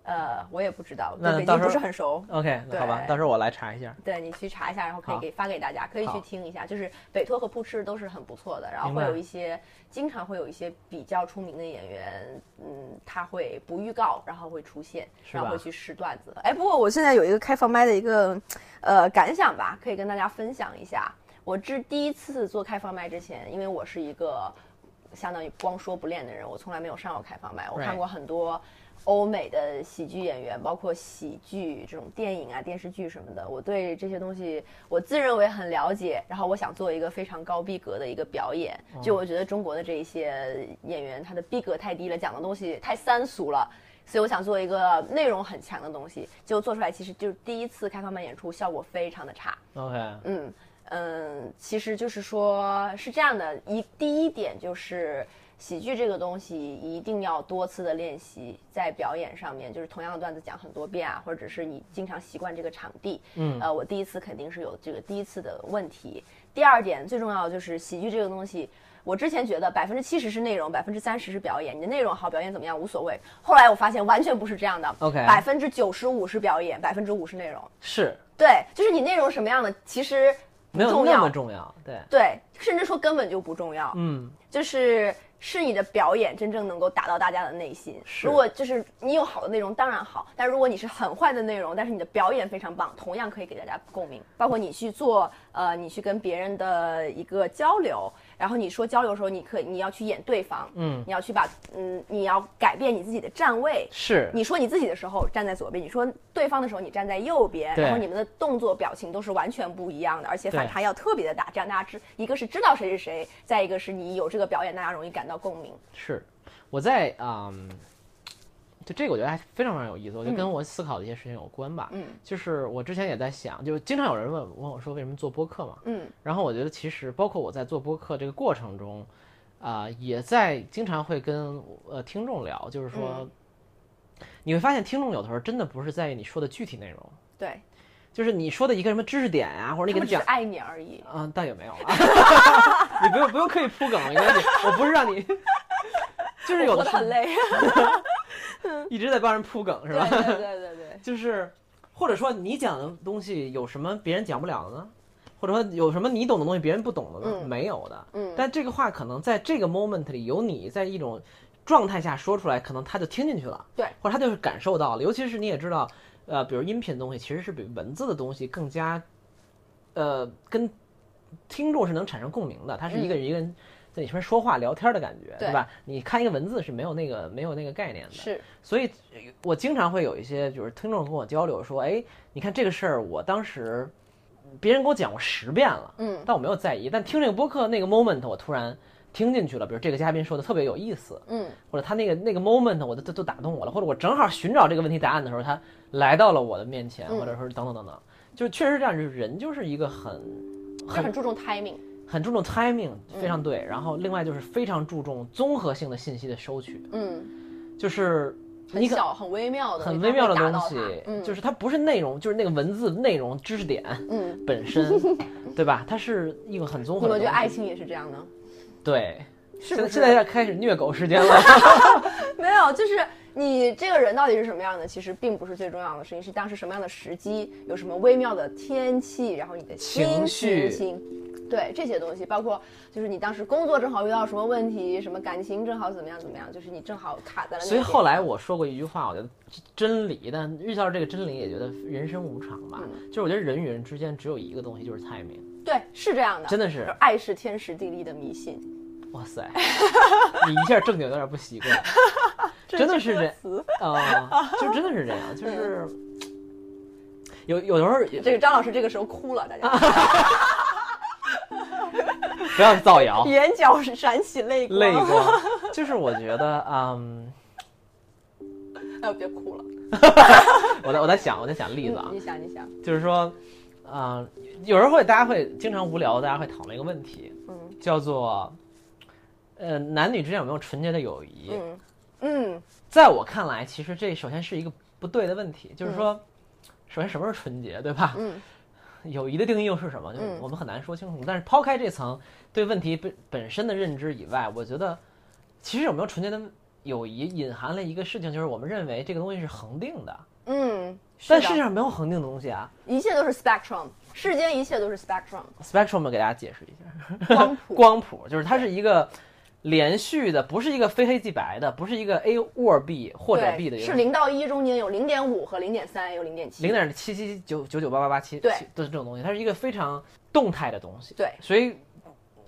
呃，我也不知道，那对北到京时不候是很熟。 ？OK，那好吧，对到时候我来查一下。对你去查一下，然后可以好给发给大家，可以好去听一下。就是北托和扑哧都是很不错的，然后明会白有一些经常会有一些比较出名的演员，嗯，他会不预告，然后会出现，是吧然后会去试段子。哎，不过我现在有一个开放麦的一个呃感想吧，可以跟大家分享一下。我之第一次做开放麦之前，因为我是一个相当于光说不练的人，我从来没有上过开放麦。我 Right 看过很多欧美的喜剧演员，包括喜剧这种电影啊、电视剧什么的，我对这些东西我自认为很了解。然后我想做一个非常高逼格的一个表演，就我觉得中国的这一些演员他的逼格太低了，讲的东西太三俗了。所以我想做一个内容很强的东西，结果做出来其实就是第一次开放麦演出效果非常的差。 OK，嗯嗯，其实就是说是这样的，一第一点就是喜剧这个东西一定要多次的练习，在表演上面就是同样的段子讲很多遍啊，或者是你经常习惯这个场地，嗯呃，我第一次肯定是有这个第一次的问题。第二点最重要的就是喜剧这个东西。我之前觉得百分之七十是内容，百分之三十是表演。你的内容好，表演怎么样无所谓。后来我发现完全不是这样的 OK 百分之九十五是表演，百分之五是内容。是对，就是你内容什么样的，其实不没有重那要，么重要，对，对，甚至说根本就不重要，嗯，就是是你的表演真正能够打到大家的内心。是如果就是你有好的内容当然好，但如果你是很坏的内容，但是你的表演非常棒，同样可以给大家共鸣。包括你去做呃，你去跟别人的一个交流，然后你说交流的时候，你可你要去演对方，嗯你要去把嗯，你要改变你自己的站位，是你说你自己的时候站在左边，你说对方的时候你站在右边，对然后你们的动作表情都是完全不一样的，而且反对差要特别的大，这样大家知一个是知道谁是谁，再一个是你有这个表演，大家容易感到共鸣。是，我在嗯，就这个我觉得还非常非常有意思，我觉得跟嗯我思考的一些事情有关吧。嗯就是我之前也在想，就经常有人问问我说为什么做播客嘛，嗯然后我觉得其实包括我在做播客这个过程中，啊、也在经常会跟呃听众聊，就是嗯说。你会发现，听众有的时候真的不是在意你说的具体内容，对，就是你说的一个什么知识点啊，或者你他给他们只讲，是爱你而已。嗯，倒也没有啊， 你不用不用刻意铺梗，没关系，我不是让你， 就是有我的时活得候很累， 一直在帮人铺 梗是对吧？对对对对， 就是或者说你讲的东西有什么别人讲不了的呢？或者说有什么你懂的东西别人不懂的呢？嗯没有的。嗯但这个话可能在这个 moment 里，有你在一种状态下说出来，可能他就听进去了，对，或者他就是感受到了。尤其是你也知道，呃，比如音频的东西其实是比文字的东西更加，呃，跟听众是能产生共鸣的，它是一个人一个人在你身边说话聊天的感觉，嗯对对吧？你看一个文字是没有那个没有那个概念的，是所以呃我经常会有一些就是听众跟我交流说，哎，你看这个事儿，我当时别人给我讲过十遍了，嗯但我没有在意，但听这个播客那个 moment，我突然听进去了，比如这个嘉宾说的特别有意思，嗯或者他那个那个 moment，我都都都打动我了，或者我正好寻找这个问题答案的时候，他来到了我的面前，嗯或者说等等等等，就确实是这样，就是人就是一个很他很很注嗯重 timing，很注重 timing，非常对，然后另外就是非常注重综合性的信息的收取，嗯，就是很你可小很微妙的，很微妙的你才东会达到西它，嗯，就是它不是内容，就是那个文字内容知识点嗯，本身， 对吧？它是一个很综你合的东们西。觉得爱情也是这样呢？对，是现不在是现在要开始虐狗时间 了。没有，就是你这个人到底是什么样的，其实并不是最重要的事情，是当时什么样的时机，嗯有什么微妙的天气，然后你的心情绪情对这些东西，包括就是你当时工作正好遇到什么问题，什么感情正好怎么样怎么样，就是你正好卡在了那个点。所以后来我说过一句话，我觉得真理，但遇到这个真理也觉得人生无常吧。嗯就是我觉得人与人之间只有一个东西，就是 timing。对是这样的，真的是 就爱是天时地利的迷信，哇塞，你一下正经有点不习 惯。真的是这这歌词。啊、就真的是这样，就是嗯有有的时候也这个张老师这个时候哭了， 大家不要造谣，眼角闪起泪光。累过，就是我觉得，嗯，哎呦，别哭了，我在我在想，我在想例子啊嗯，你想，你想，就是说，啊、有人会，大家会经常无聊，大家会讨论一个问题，嗯叫做，呃，男女之间有没有纯洁的友谊？嗯嗯，在我看来，其实这首先是一个不对的问题，就是说，首先什么是纯洁，对吧？嗯， 友谊的定义又是什么？就是嗯我们很难说清楚。但是抛开这层对问题本本身的认知以外，我觉得其实有没有纯洁的友谊，隐含了一个事情，就是我们认为这个东西是恒定的，嗯，是但的世界上没有恒定的东西啊。一切都是 spectrum，世间一切都 是 spectrum， Spectrum 给大家解释一下，光谱。光谱就是它是一个连续的，不是一个非黑即白的，不是一个 A or B 或者 B 的对，一是个，零到一中间有零点五和零点三，有零点七。零点七七九九九八八八七，对都是这种东西，它是一个非常动态的东西。对所以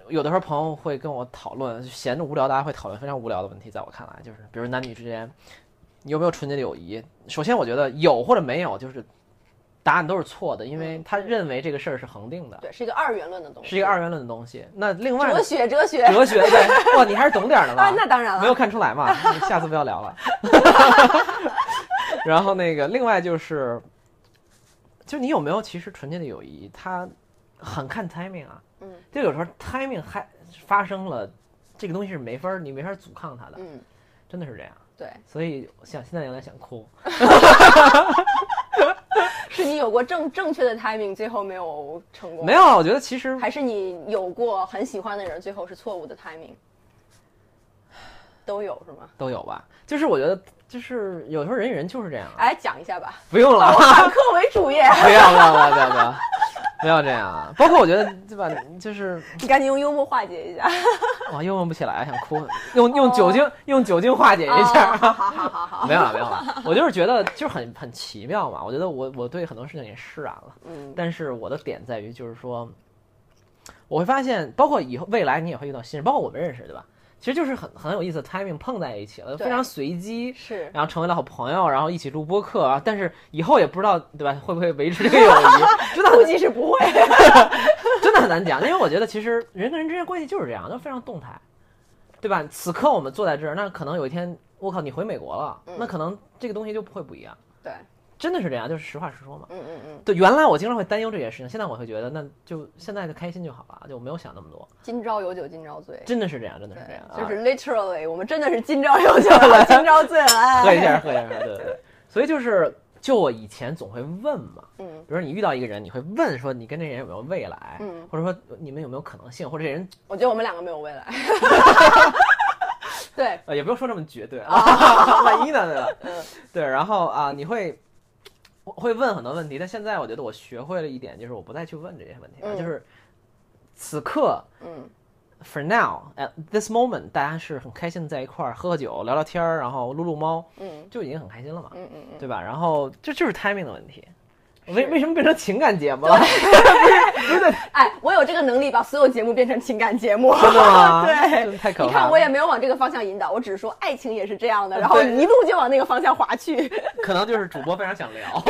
有的时候朋友会跟我讨论，闲着无聊，大家会讨论非常无聊的问题。在我看来，就是比如男女之间有没有纯洁的友谊？首先，我觉得有或者没有，就是答案都是错的，因为嗯他嗯认为这个事儿是恒定的，对，是一个二元论的东西。是一个二元论的东西。那另外呢哲学，哲学哲学对，哇，你还是懂点儿的吧？啊，那当然了。没有看出来 嘛，你下次不要聊了。 然后那个，另外就是，就你有没有其实纯洁的友谊，它很看 timing 啊。嗯，就有时候 timing 还发生了，这个东西是没法儿你没法儿阻抗它的，嗯，真的是这样。对，所以我想现在有点想哭，是你有过正正确的 timing，最后没有成功。没，有啊，我觉得其实还是你有过很喜欢的人，最后是错误的 timing。都有是吗？都有吧。就是我觉得，就是有时候人与人就是这样啊。哎，哦讲一下 吧。不用了我。反客为主耶，不要不要不要不要不要，不要这样啊！包括我觉得，对吧？就是你赶紧用幽默化解一下。哇，啊又问不起来，想哭，用用酒精，用酒精化解一哦下。好好好好好。 没有了，啊没有了。我就是觉得，就是很很奇妙嘛。我觉得我我对很多事情也释然了，嗯但是我的点在于，就是说，我会发现，包括以后未来你也会遇到新人，包括我们认识，对吧？其实就是很很有意思的 timing 碰在一起了，对非常随机，是然后成为了好朋友，然后一起录播客啊。但是以后也不知道，对吧？会不会维持这个友谊？ 真的很估计是不会。真的很难讲，因为我觉得其实人跟人之间关系就是这样，都非常动态，对吧？此刻我们坐在这儿，那可能有一天，我靠，你回美国了，嗯那可能这个东西就不会不一样，对，真的是这样，就是实话实说嘛。嗯嗯嗯，对，原来我经常会担忧这件事情，现在我会觉得，那就现在就开心就好了，就我没有想那么多，今朝有酒今朝醉。真的是这样，真的是这对样，，就啊是 literally，我们真的是今朝有酒今朝醉了。哎喝一下，喝一下，对对对。所以就是就我以前总会问嘛，嗯比如说你遇到一个人，你会问说你跟这人有没有未来，嗯或者说你们有没有可能性，或者这人我觉得我们两个没有 未来。对，呃也不用说这么绝对啊， 万一呢对吧？嗯对，然后啊你会我会问很多问题，但现在我觉得我学会了一点，就是我不再去问这些问题了，嗯就是此刻嗯 for now at this moment，大家是很开心地在一块儿喝喝酒、聊聊天儿，然后撸撸猫，嗯就已经很开心了嘛，嗯嗯嗯，对吧？然后这就是 timing 的问题。为是为什么变成情感节目了？哎，我有这个能力把所有节目变成情感节目。 真的吗？真对的。太可怕你了。看，我也没有往这个方向引导，我只是说爱情也是这 样的，然后对一路就往那个方向滑去。 可能就是主播非常想 聊。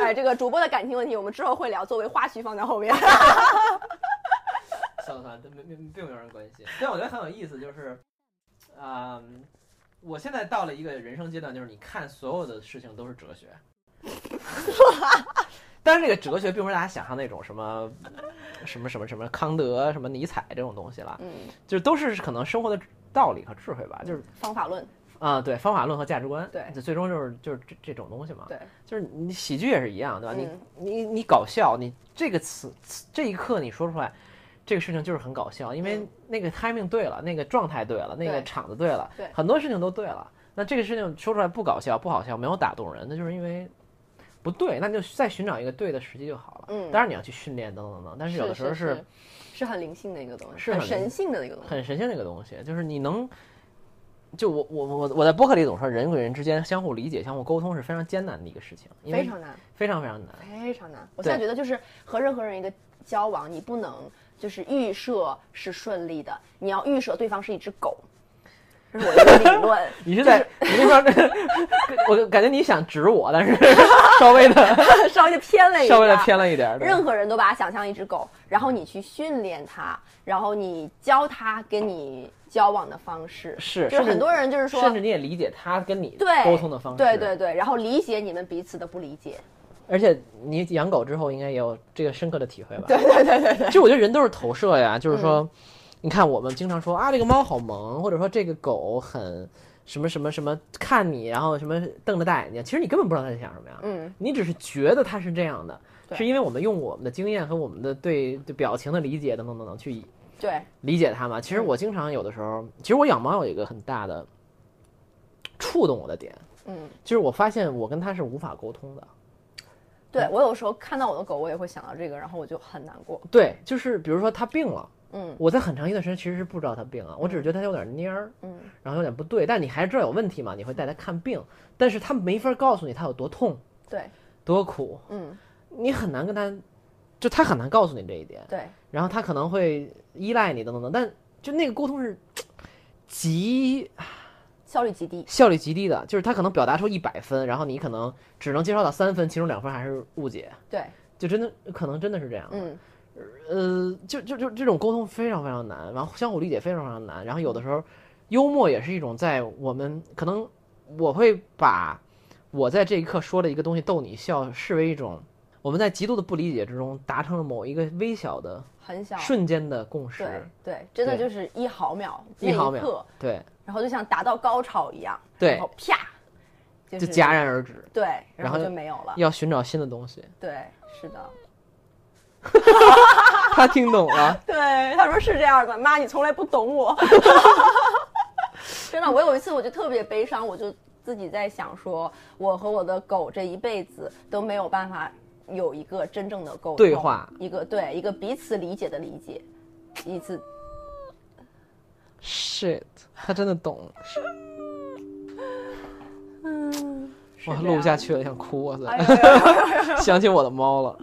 哎，这个主播的感情问题，我们之后会聊，作为花絮放 在后面。算了算了，这没没并没有人关心。但我觉得很有意思，就是，啊、我现在到了一个人生阶段，就是你看所有的事情都是哲学。 当然，这个哲学并不是大家想象那种什么什么什么什么康德、什么尼采这种东西了，嗯，就是都是可能生活的道理和智慧吧，就是方法论，啊、对方法论和价值观，对最终就是就是这这种东西嘛。对，就是你喜剧也是一样，对吧？嗯你你你搞笑，你这个词词这一刻你说出来，这个事情就是很搞笑，因为嗯那个 timing 对了，那个状态对了，那个对场子对了，对很多事情都对了。那这个事情说出来不搞笑、不好笑，没有打动人，那就是因为不对，那就再寻找一个对的时机就好了。嗯当然你要去训练等等等等，但是有的时候是是很灵性的一个东西，是很很神性的一个东西。很神仙的一个东西，就是你能，就我我我我在播客里总说人与人之间相互理解、相互沟通是非常艰难的一个事情，因为非常难，非常非常难。非常难。我对现在觉得就是和任何人一个交往，你不能就是预设是顺利的，你要预设对方是一只 狗，这是我的一个理论。你是在、你这块儿， 我感觉你想指我，但是 稍微 的稍微的偏了一下，稍微的偏了一点儿。对任何人都把它想象一只狗，然后你去训练它，然后你教它跟你交往的方式，是就是甚至很多人就是说甚至你也理解他跟你对沟通的方式，对对。对，然后理解你们彼此的不理解，而且你养狗之后，应该也有这个深刻的体会吧？对对对对对，嗯其实我觉得人都是投射呀，就是说，你看我们经常说啊，这个猫好萌，或者说这个狗很什么什么什么，看你然后什么瞪着大眼睛，其实你根本不知道它在想什么呀，嗯，你只是觉得它是这样的，对是因为我们用我们的经验和我们的对对表情的理解等等等等去对，理解它嘛。其实我经常有的时候，其实我养猫有一个很大的触动我的点，嗯，就是我发现我跟它是无法沟通的。嗯对我有时候看到我的狗，我也会想到这个，然后我就很难过，对，就是比如说它病了，嗯我在很长一段时间其实是不知道它病了，我只是觉得它有点蔫儿，嗯，然后有点不对，但你还是知道有问题嘛，你会带它看病，但是它没法告诉你它有多痛、对，多苦，嗯你很难跟它，就它很难告诉你这一点。对，然后他可能会依赖你等等等，但就那个沟通是极效率极低，效率极低的，就是他可能表达出一百分，然后你可能只能接受到三分，其中两分还是误解，对，就真的可能真的是这样。嗯呃，就就就这种沟通非常非常难，然后相互理解非常非常难，然后有的时候幽默也是一种在我们可能我会把我在这一刻说的一个东西逗你笑视为一种我们在极度的不理解之中达成了某一个微小的很小，瞬间的共识。对对，真的对就是一毫秒，一毫那刻秒，，对，然后就像达到高潮一样，对然后啪，就就是戛然而止，对，然然后后就没有了。要寻找新的东西。对，是的，他听懂了，对，他说是这样的，妈，你从来不懂 我。真的，我有一次我就特别悲伤，我就自己在想说，我和我的狗这一辈子都没有办法有一个真正的沟通对话，一个对一个彼此理解的理解，一 次 shit，他真的懂，是哇，这录不样下去了，想哭，哇嗯哎呦塞，哎呦 哎想起我的猫了，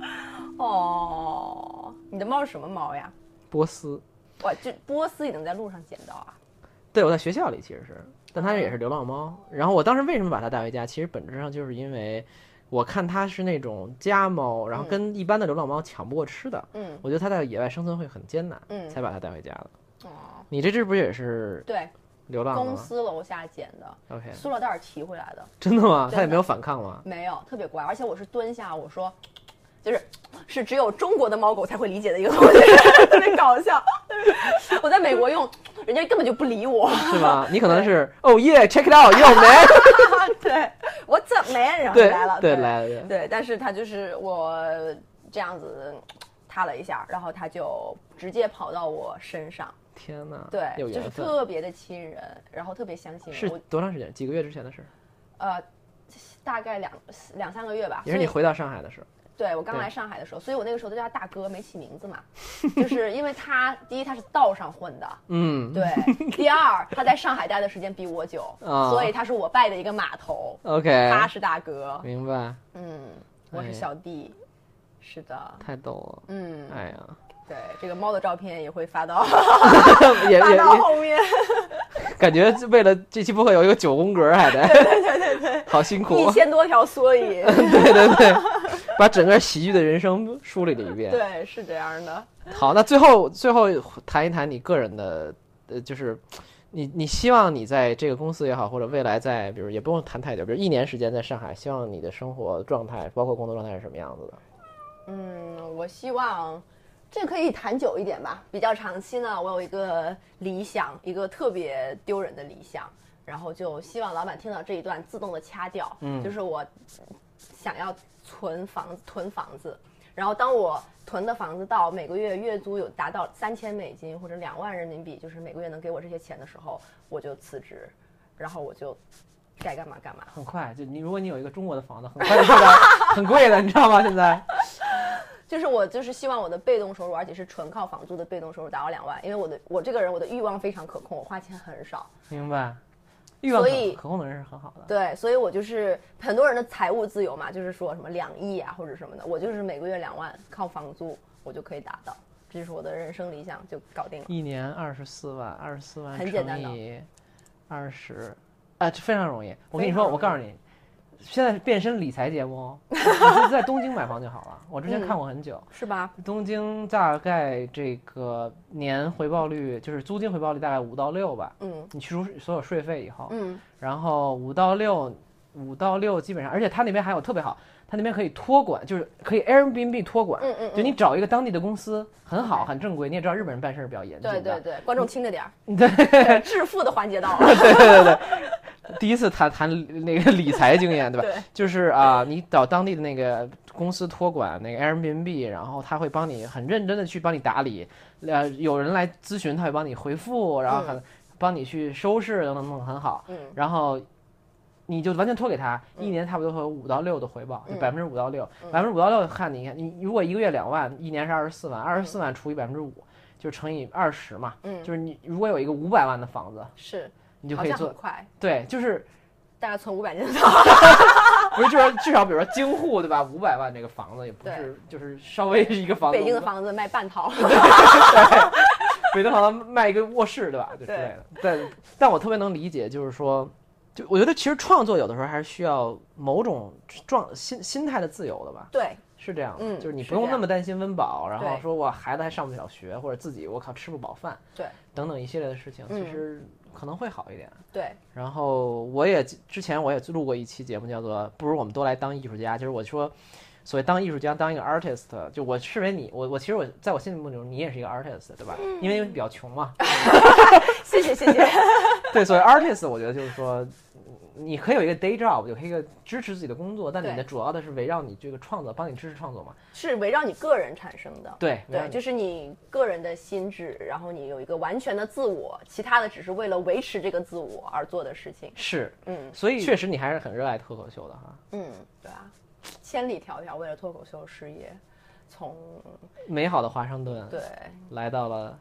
呦哦，你的猫是什么猫呀？波斯，哇，这波斯也能在路上捡到啊？对我在学校里其实是，但它也是流浪猫。然后我当时为什么把它带回家，其实本质上就是因为。我看它是那种家猫，然后跟一般的流浪猫抢不过吃的，嗯，我觉得它在野外生存会很艰难，嗯才把它带回家的。哦，你这只不是也是对，流浪的公吗司楼下捡的， ？OK，塑料袋儿提回来的。真的吗？真它也没的有反抗吗？没有，特别乖，而且我是蹲下，我说，就是是只有中国的猫狗才会理解的一个东西， 特别搞笑。我在美国用，人家根本就不理我。 是吧？你可能是哦耶、c h e c k it out，yo man，对，我怎么呀？然后对来了，对对来了对对，但是他就是我这样子踏了一下，然后他就直接跑到我身上，天哪，对，有就是缘分。特别的亲人，然后特别相信是我，多长时间？几个月之前的事儿，呃，大概两两三个月吧，也是你啊所以回到上海的时候。对我刚对来上海的时候，所以我那个时候都叫他大哥，没起名字嘛，就是因为他第一他是道上混的，嗯， 对，第二他在上海待的时间比我久，啊所以他是我拜的一个码头， ，OK，他是大哥，明白，嗯，我哎是小弟，是的，太逗了。嗯，哎 呀，对，这个猫的照片也会发到也发也到后面，感觉为了这期播客有一个九宫格，还 得对对对对，好辛一苦，啊 千多条缩影，把整个喜剧的人生梳理了一遍。对，是这样的。好，那最后最后谈一谈你个人的，呃，就是你你希望你在这个公司也好，或者未来在，比如也不用谈太久，比如一年时间在上海，希望你的生活状态，包括工作状态是什么样子的？嗯，我希望这可以谈久一点吧。比较长期呢，我有一个理想，一个特别丢人的理想，然后就希望老板听到这一段自动的掐掉。嗯，就是我想要存房囤房子，然后当我囤的房子到每个月月租有达到三千美金或者两万人民币，就是每个月能给我这些钱的时候，我就辞职，然后我就该干嘛干嘛。很快就你，如果你有一个中国的房子，很快就到 很贵了，你知道吗？现在就是我就是希望我的被动收入，而且是纯靠房租的被动收入达到两万，因为我的我这个人我的欲望非常可控，我花钱很少，明白，欲望所可以可控的人是很好的。对，所以我就是很多人的财务自由嘛，就是说什么两亿啊或者什么的，我就是每个月两万靠房租我就可以达到，这就是我的人生理想，就搞定了。一年二十四万，二十四万很简单的乘以二十，啊，这非常容易。我跟你非说，常我告诉你，现在变身理财节目，哦 你就在东京买房就好了。我之嗯前看过很久，是吧？东京大概这个年回报率就是租金回报率大概五到六吧。嗯你去除所有税费以后，嗯，然后五到六，五到六基本上，而且他那边还有特别好，他那边可以托管，就是可以 Airbnb 托管，嗯嗯嗯就你找一个当地的公司，很好， OK 很正规。你也知道日本人办事儿比较严谨对的，对对，观众听着点儿，对对致富的环节到了，对对对对，第一次谈谈那个理财经验，对吧？对就是啊，你找当地的那个公司托管那个 Airbnb，然后他会帮你很认真的去帮你打理，呃，有人来咨询，他会帮你回复，然后很、帮你去收拾等等等等，很好。嗯然后你就完全托给他，一年差不多会有五到六的回报，就嗯百分之五到六，百分之五到六看你看，你如果一个月两万，一年是二十四万，二十四万除以百分之五。就乘以二十嘛，嗯就是你如果有一个五百万的房子，是，你就好可以像做很快，对，就是大概存五百就到。不是就是至少比如说京沪对吧，五百万这个房子也不对是就是稍微是一个房子，北京的房子卖半套， 北京房子卖一个卧室对吧，就之对类的。但但我特别能理解，就是说，就我觉得其实创作有的时候还是需要某种状心心态的自由的吧。对，是这样的，嗯就是你是不用这那样么担心温饱，然后对说我孩子还上不了学，或者自己我靠吃不饱饭，对，等等一系列的事情，嗯其实可能会好一点。对，然后我也之前我也录过一期节目，叫做“不如我们都来当艺术家”。就是我说，所谓当艺术家，当一个 artist，就我视为你，我我其实我在我心目中你也是一个 artist，对吧？嗯因为你比较穷嘛， 谢谢谢谢，对，所谓 artist，我觉得就是说，你可以有一个 day job，有一个支持自己的工作，但你对的主要的是围绕你这个创作，帮你支持创作嘛。是围绕你个人产生的。对，围绕对，你就是你个人的心智，然后你有一个完全的自我，其他的只是为了维持这个自我而做的事情。是，嗯所以确实你还是很热爱脱口秀的哈。嗯，对啊，千里迢迢为了脱口秀事业，从美好的华盛顿， 对来到了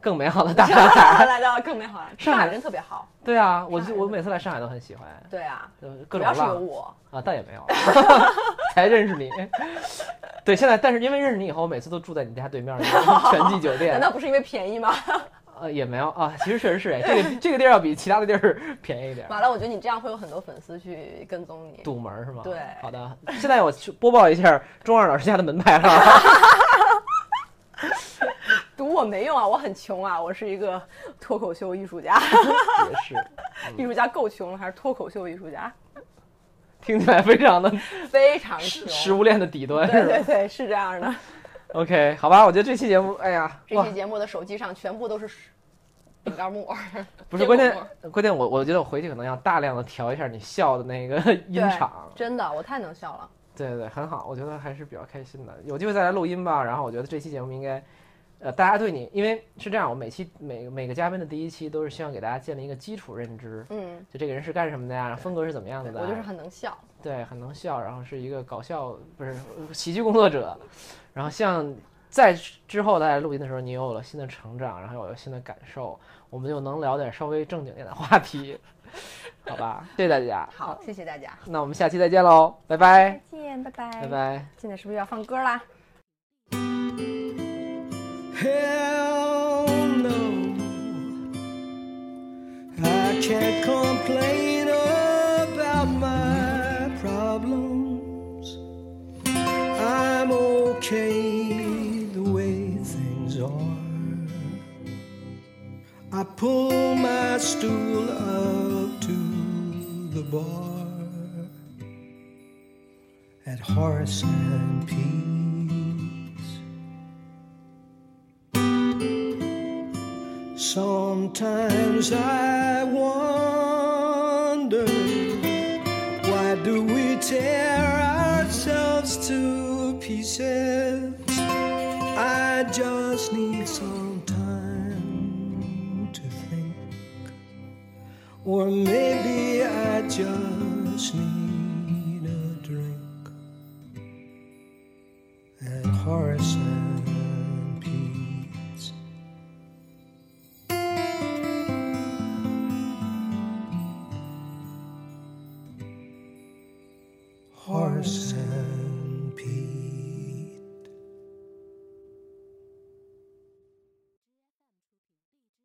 更美好的大 上海。来到更美好了，上上海海人特别好。对啊，我就上海我的每次来上海都很喜欢。对啊，呃，各主种要是有浪我。啊，倒也 没有， 才认识你。对，现在但是因为认识你以后，我每次都住在你家对面的 全季酒难店，道不是因为便宜吗？呃，也没有啊，其实确实是哎，这个这个地儿要比其他的地儿便宜一点。 完了，我觉得你这样会有很多粉丝去跟踪你。堵门儿是吗？对好的，现在我去播报一下钟二老师家的门牌号。赌我没用啊，我很穷啊，我是一个脱口秀艺术家， 也是，艺术家够穷了还是脱口秀艺术家？听起来非常的非常穷。食物链的底 端哦对是对吧对，是这样的。 ？OK，好吧，我觉得这期节目，哎呀，这哇期节目的手机上全部都是饼干木偶，不是结果关 键，关键我我觉得我回去可能要大量的调一下你笑的那个 音对场。真的，我太能笑了。对对对，很好，我觉得还是比较开心的。有机会再来录音吧。然后我觉得这期节目应该，呃，大家对你，因为是这样，我每期每每个嘉宾的第一期都是希望给大家建立一个基础认知，嗯，就这个人是干什么的呀，风格是怎么样子的啊。我就是很能笑，对，很能笑，然后是一个搞笑不是呃喜剧工作者，然后像在之后大家录音的时候，你有了新的成长，然后有了新的感受，我们就能聊点稍微正经点的话题， 好吧？谢谢大家，好，谢谢大家，那我们下期再见喽，拜拜，见，拜拜，拜。拜。现在是不是要放歌啦？ Hell no. I can't complain about my problems. I'm okay the way things are. I pull my stool up to the bar at Horace and Peace. Sometimes I wonder why do we tear ourselves to pieces? I just need some time to think, or maybe I just need a drink and Horace and Pete's. horses.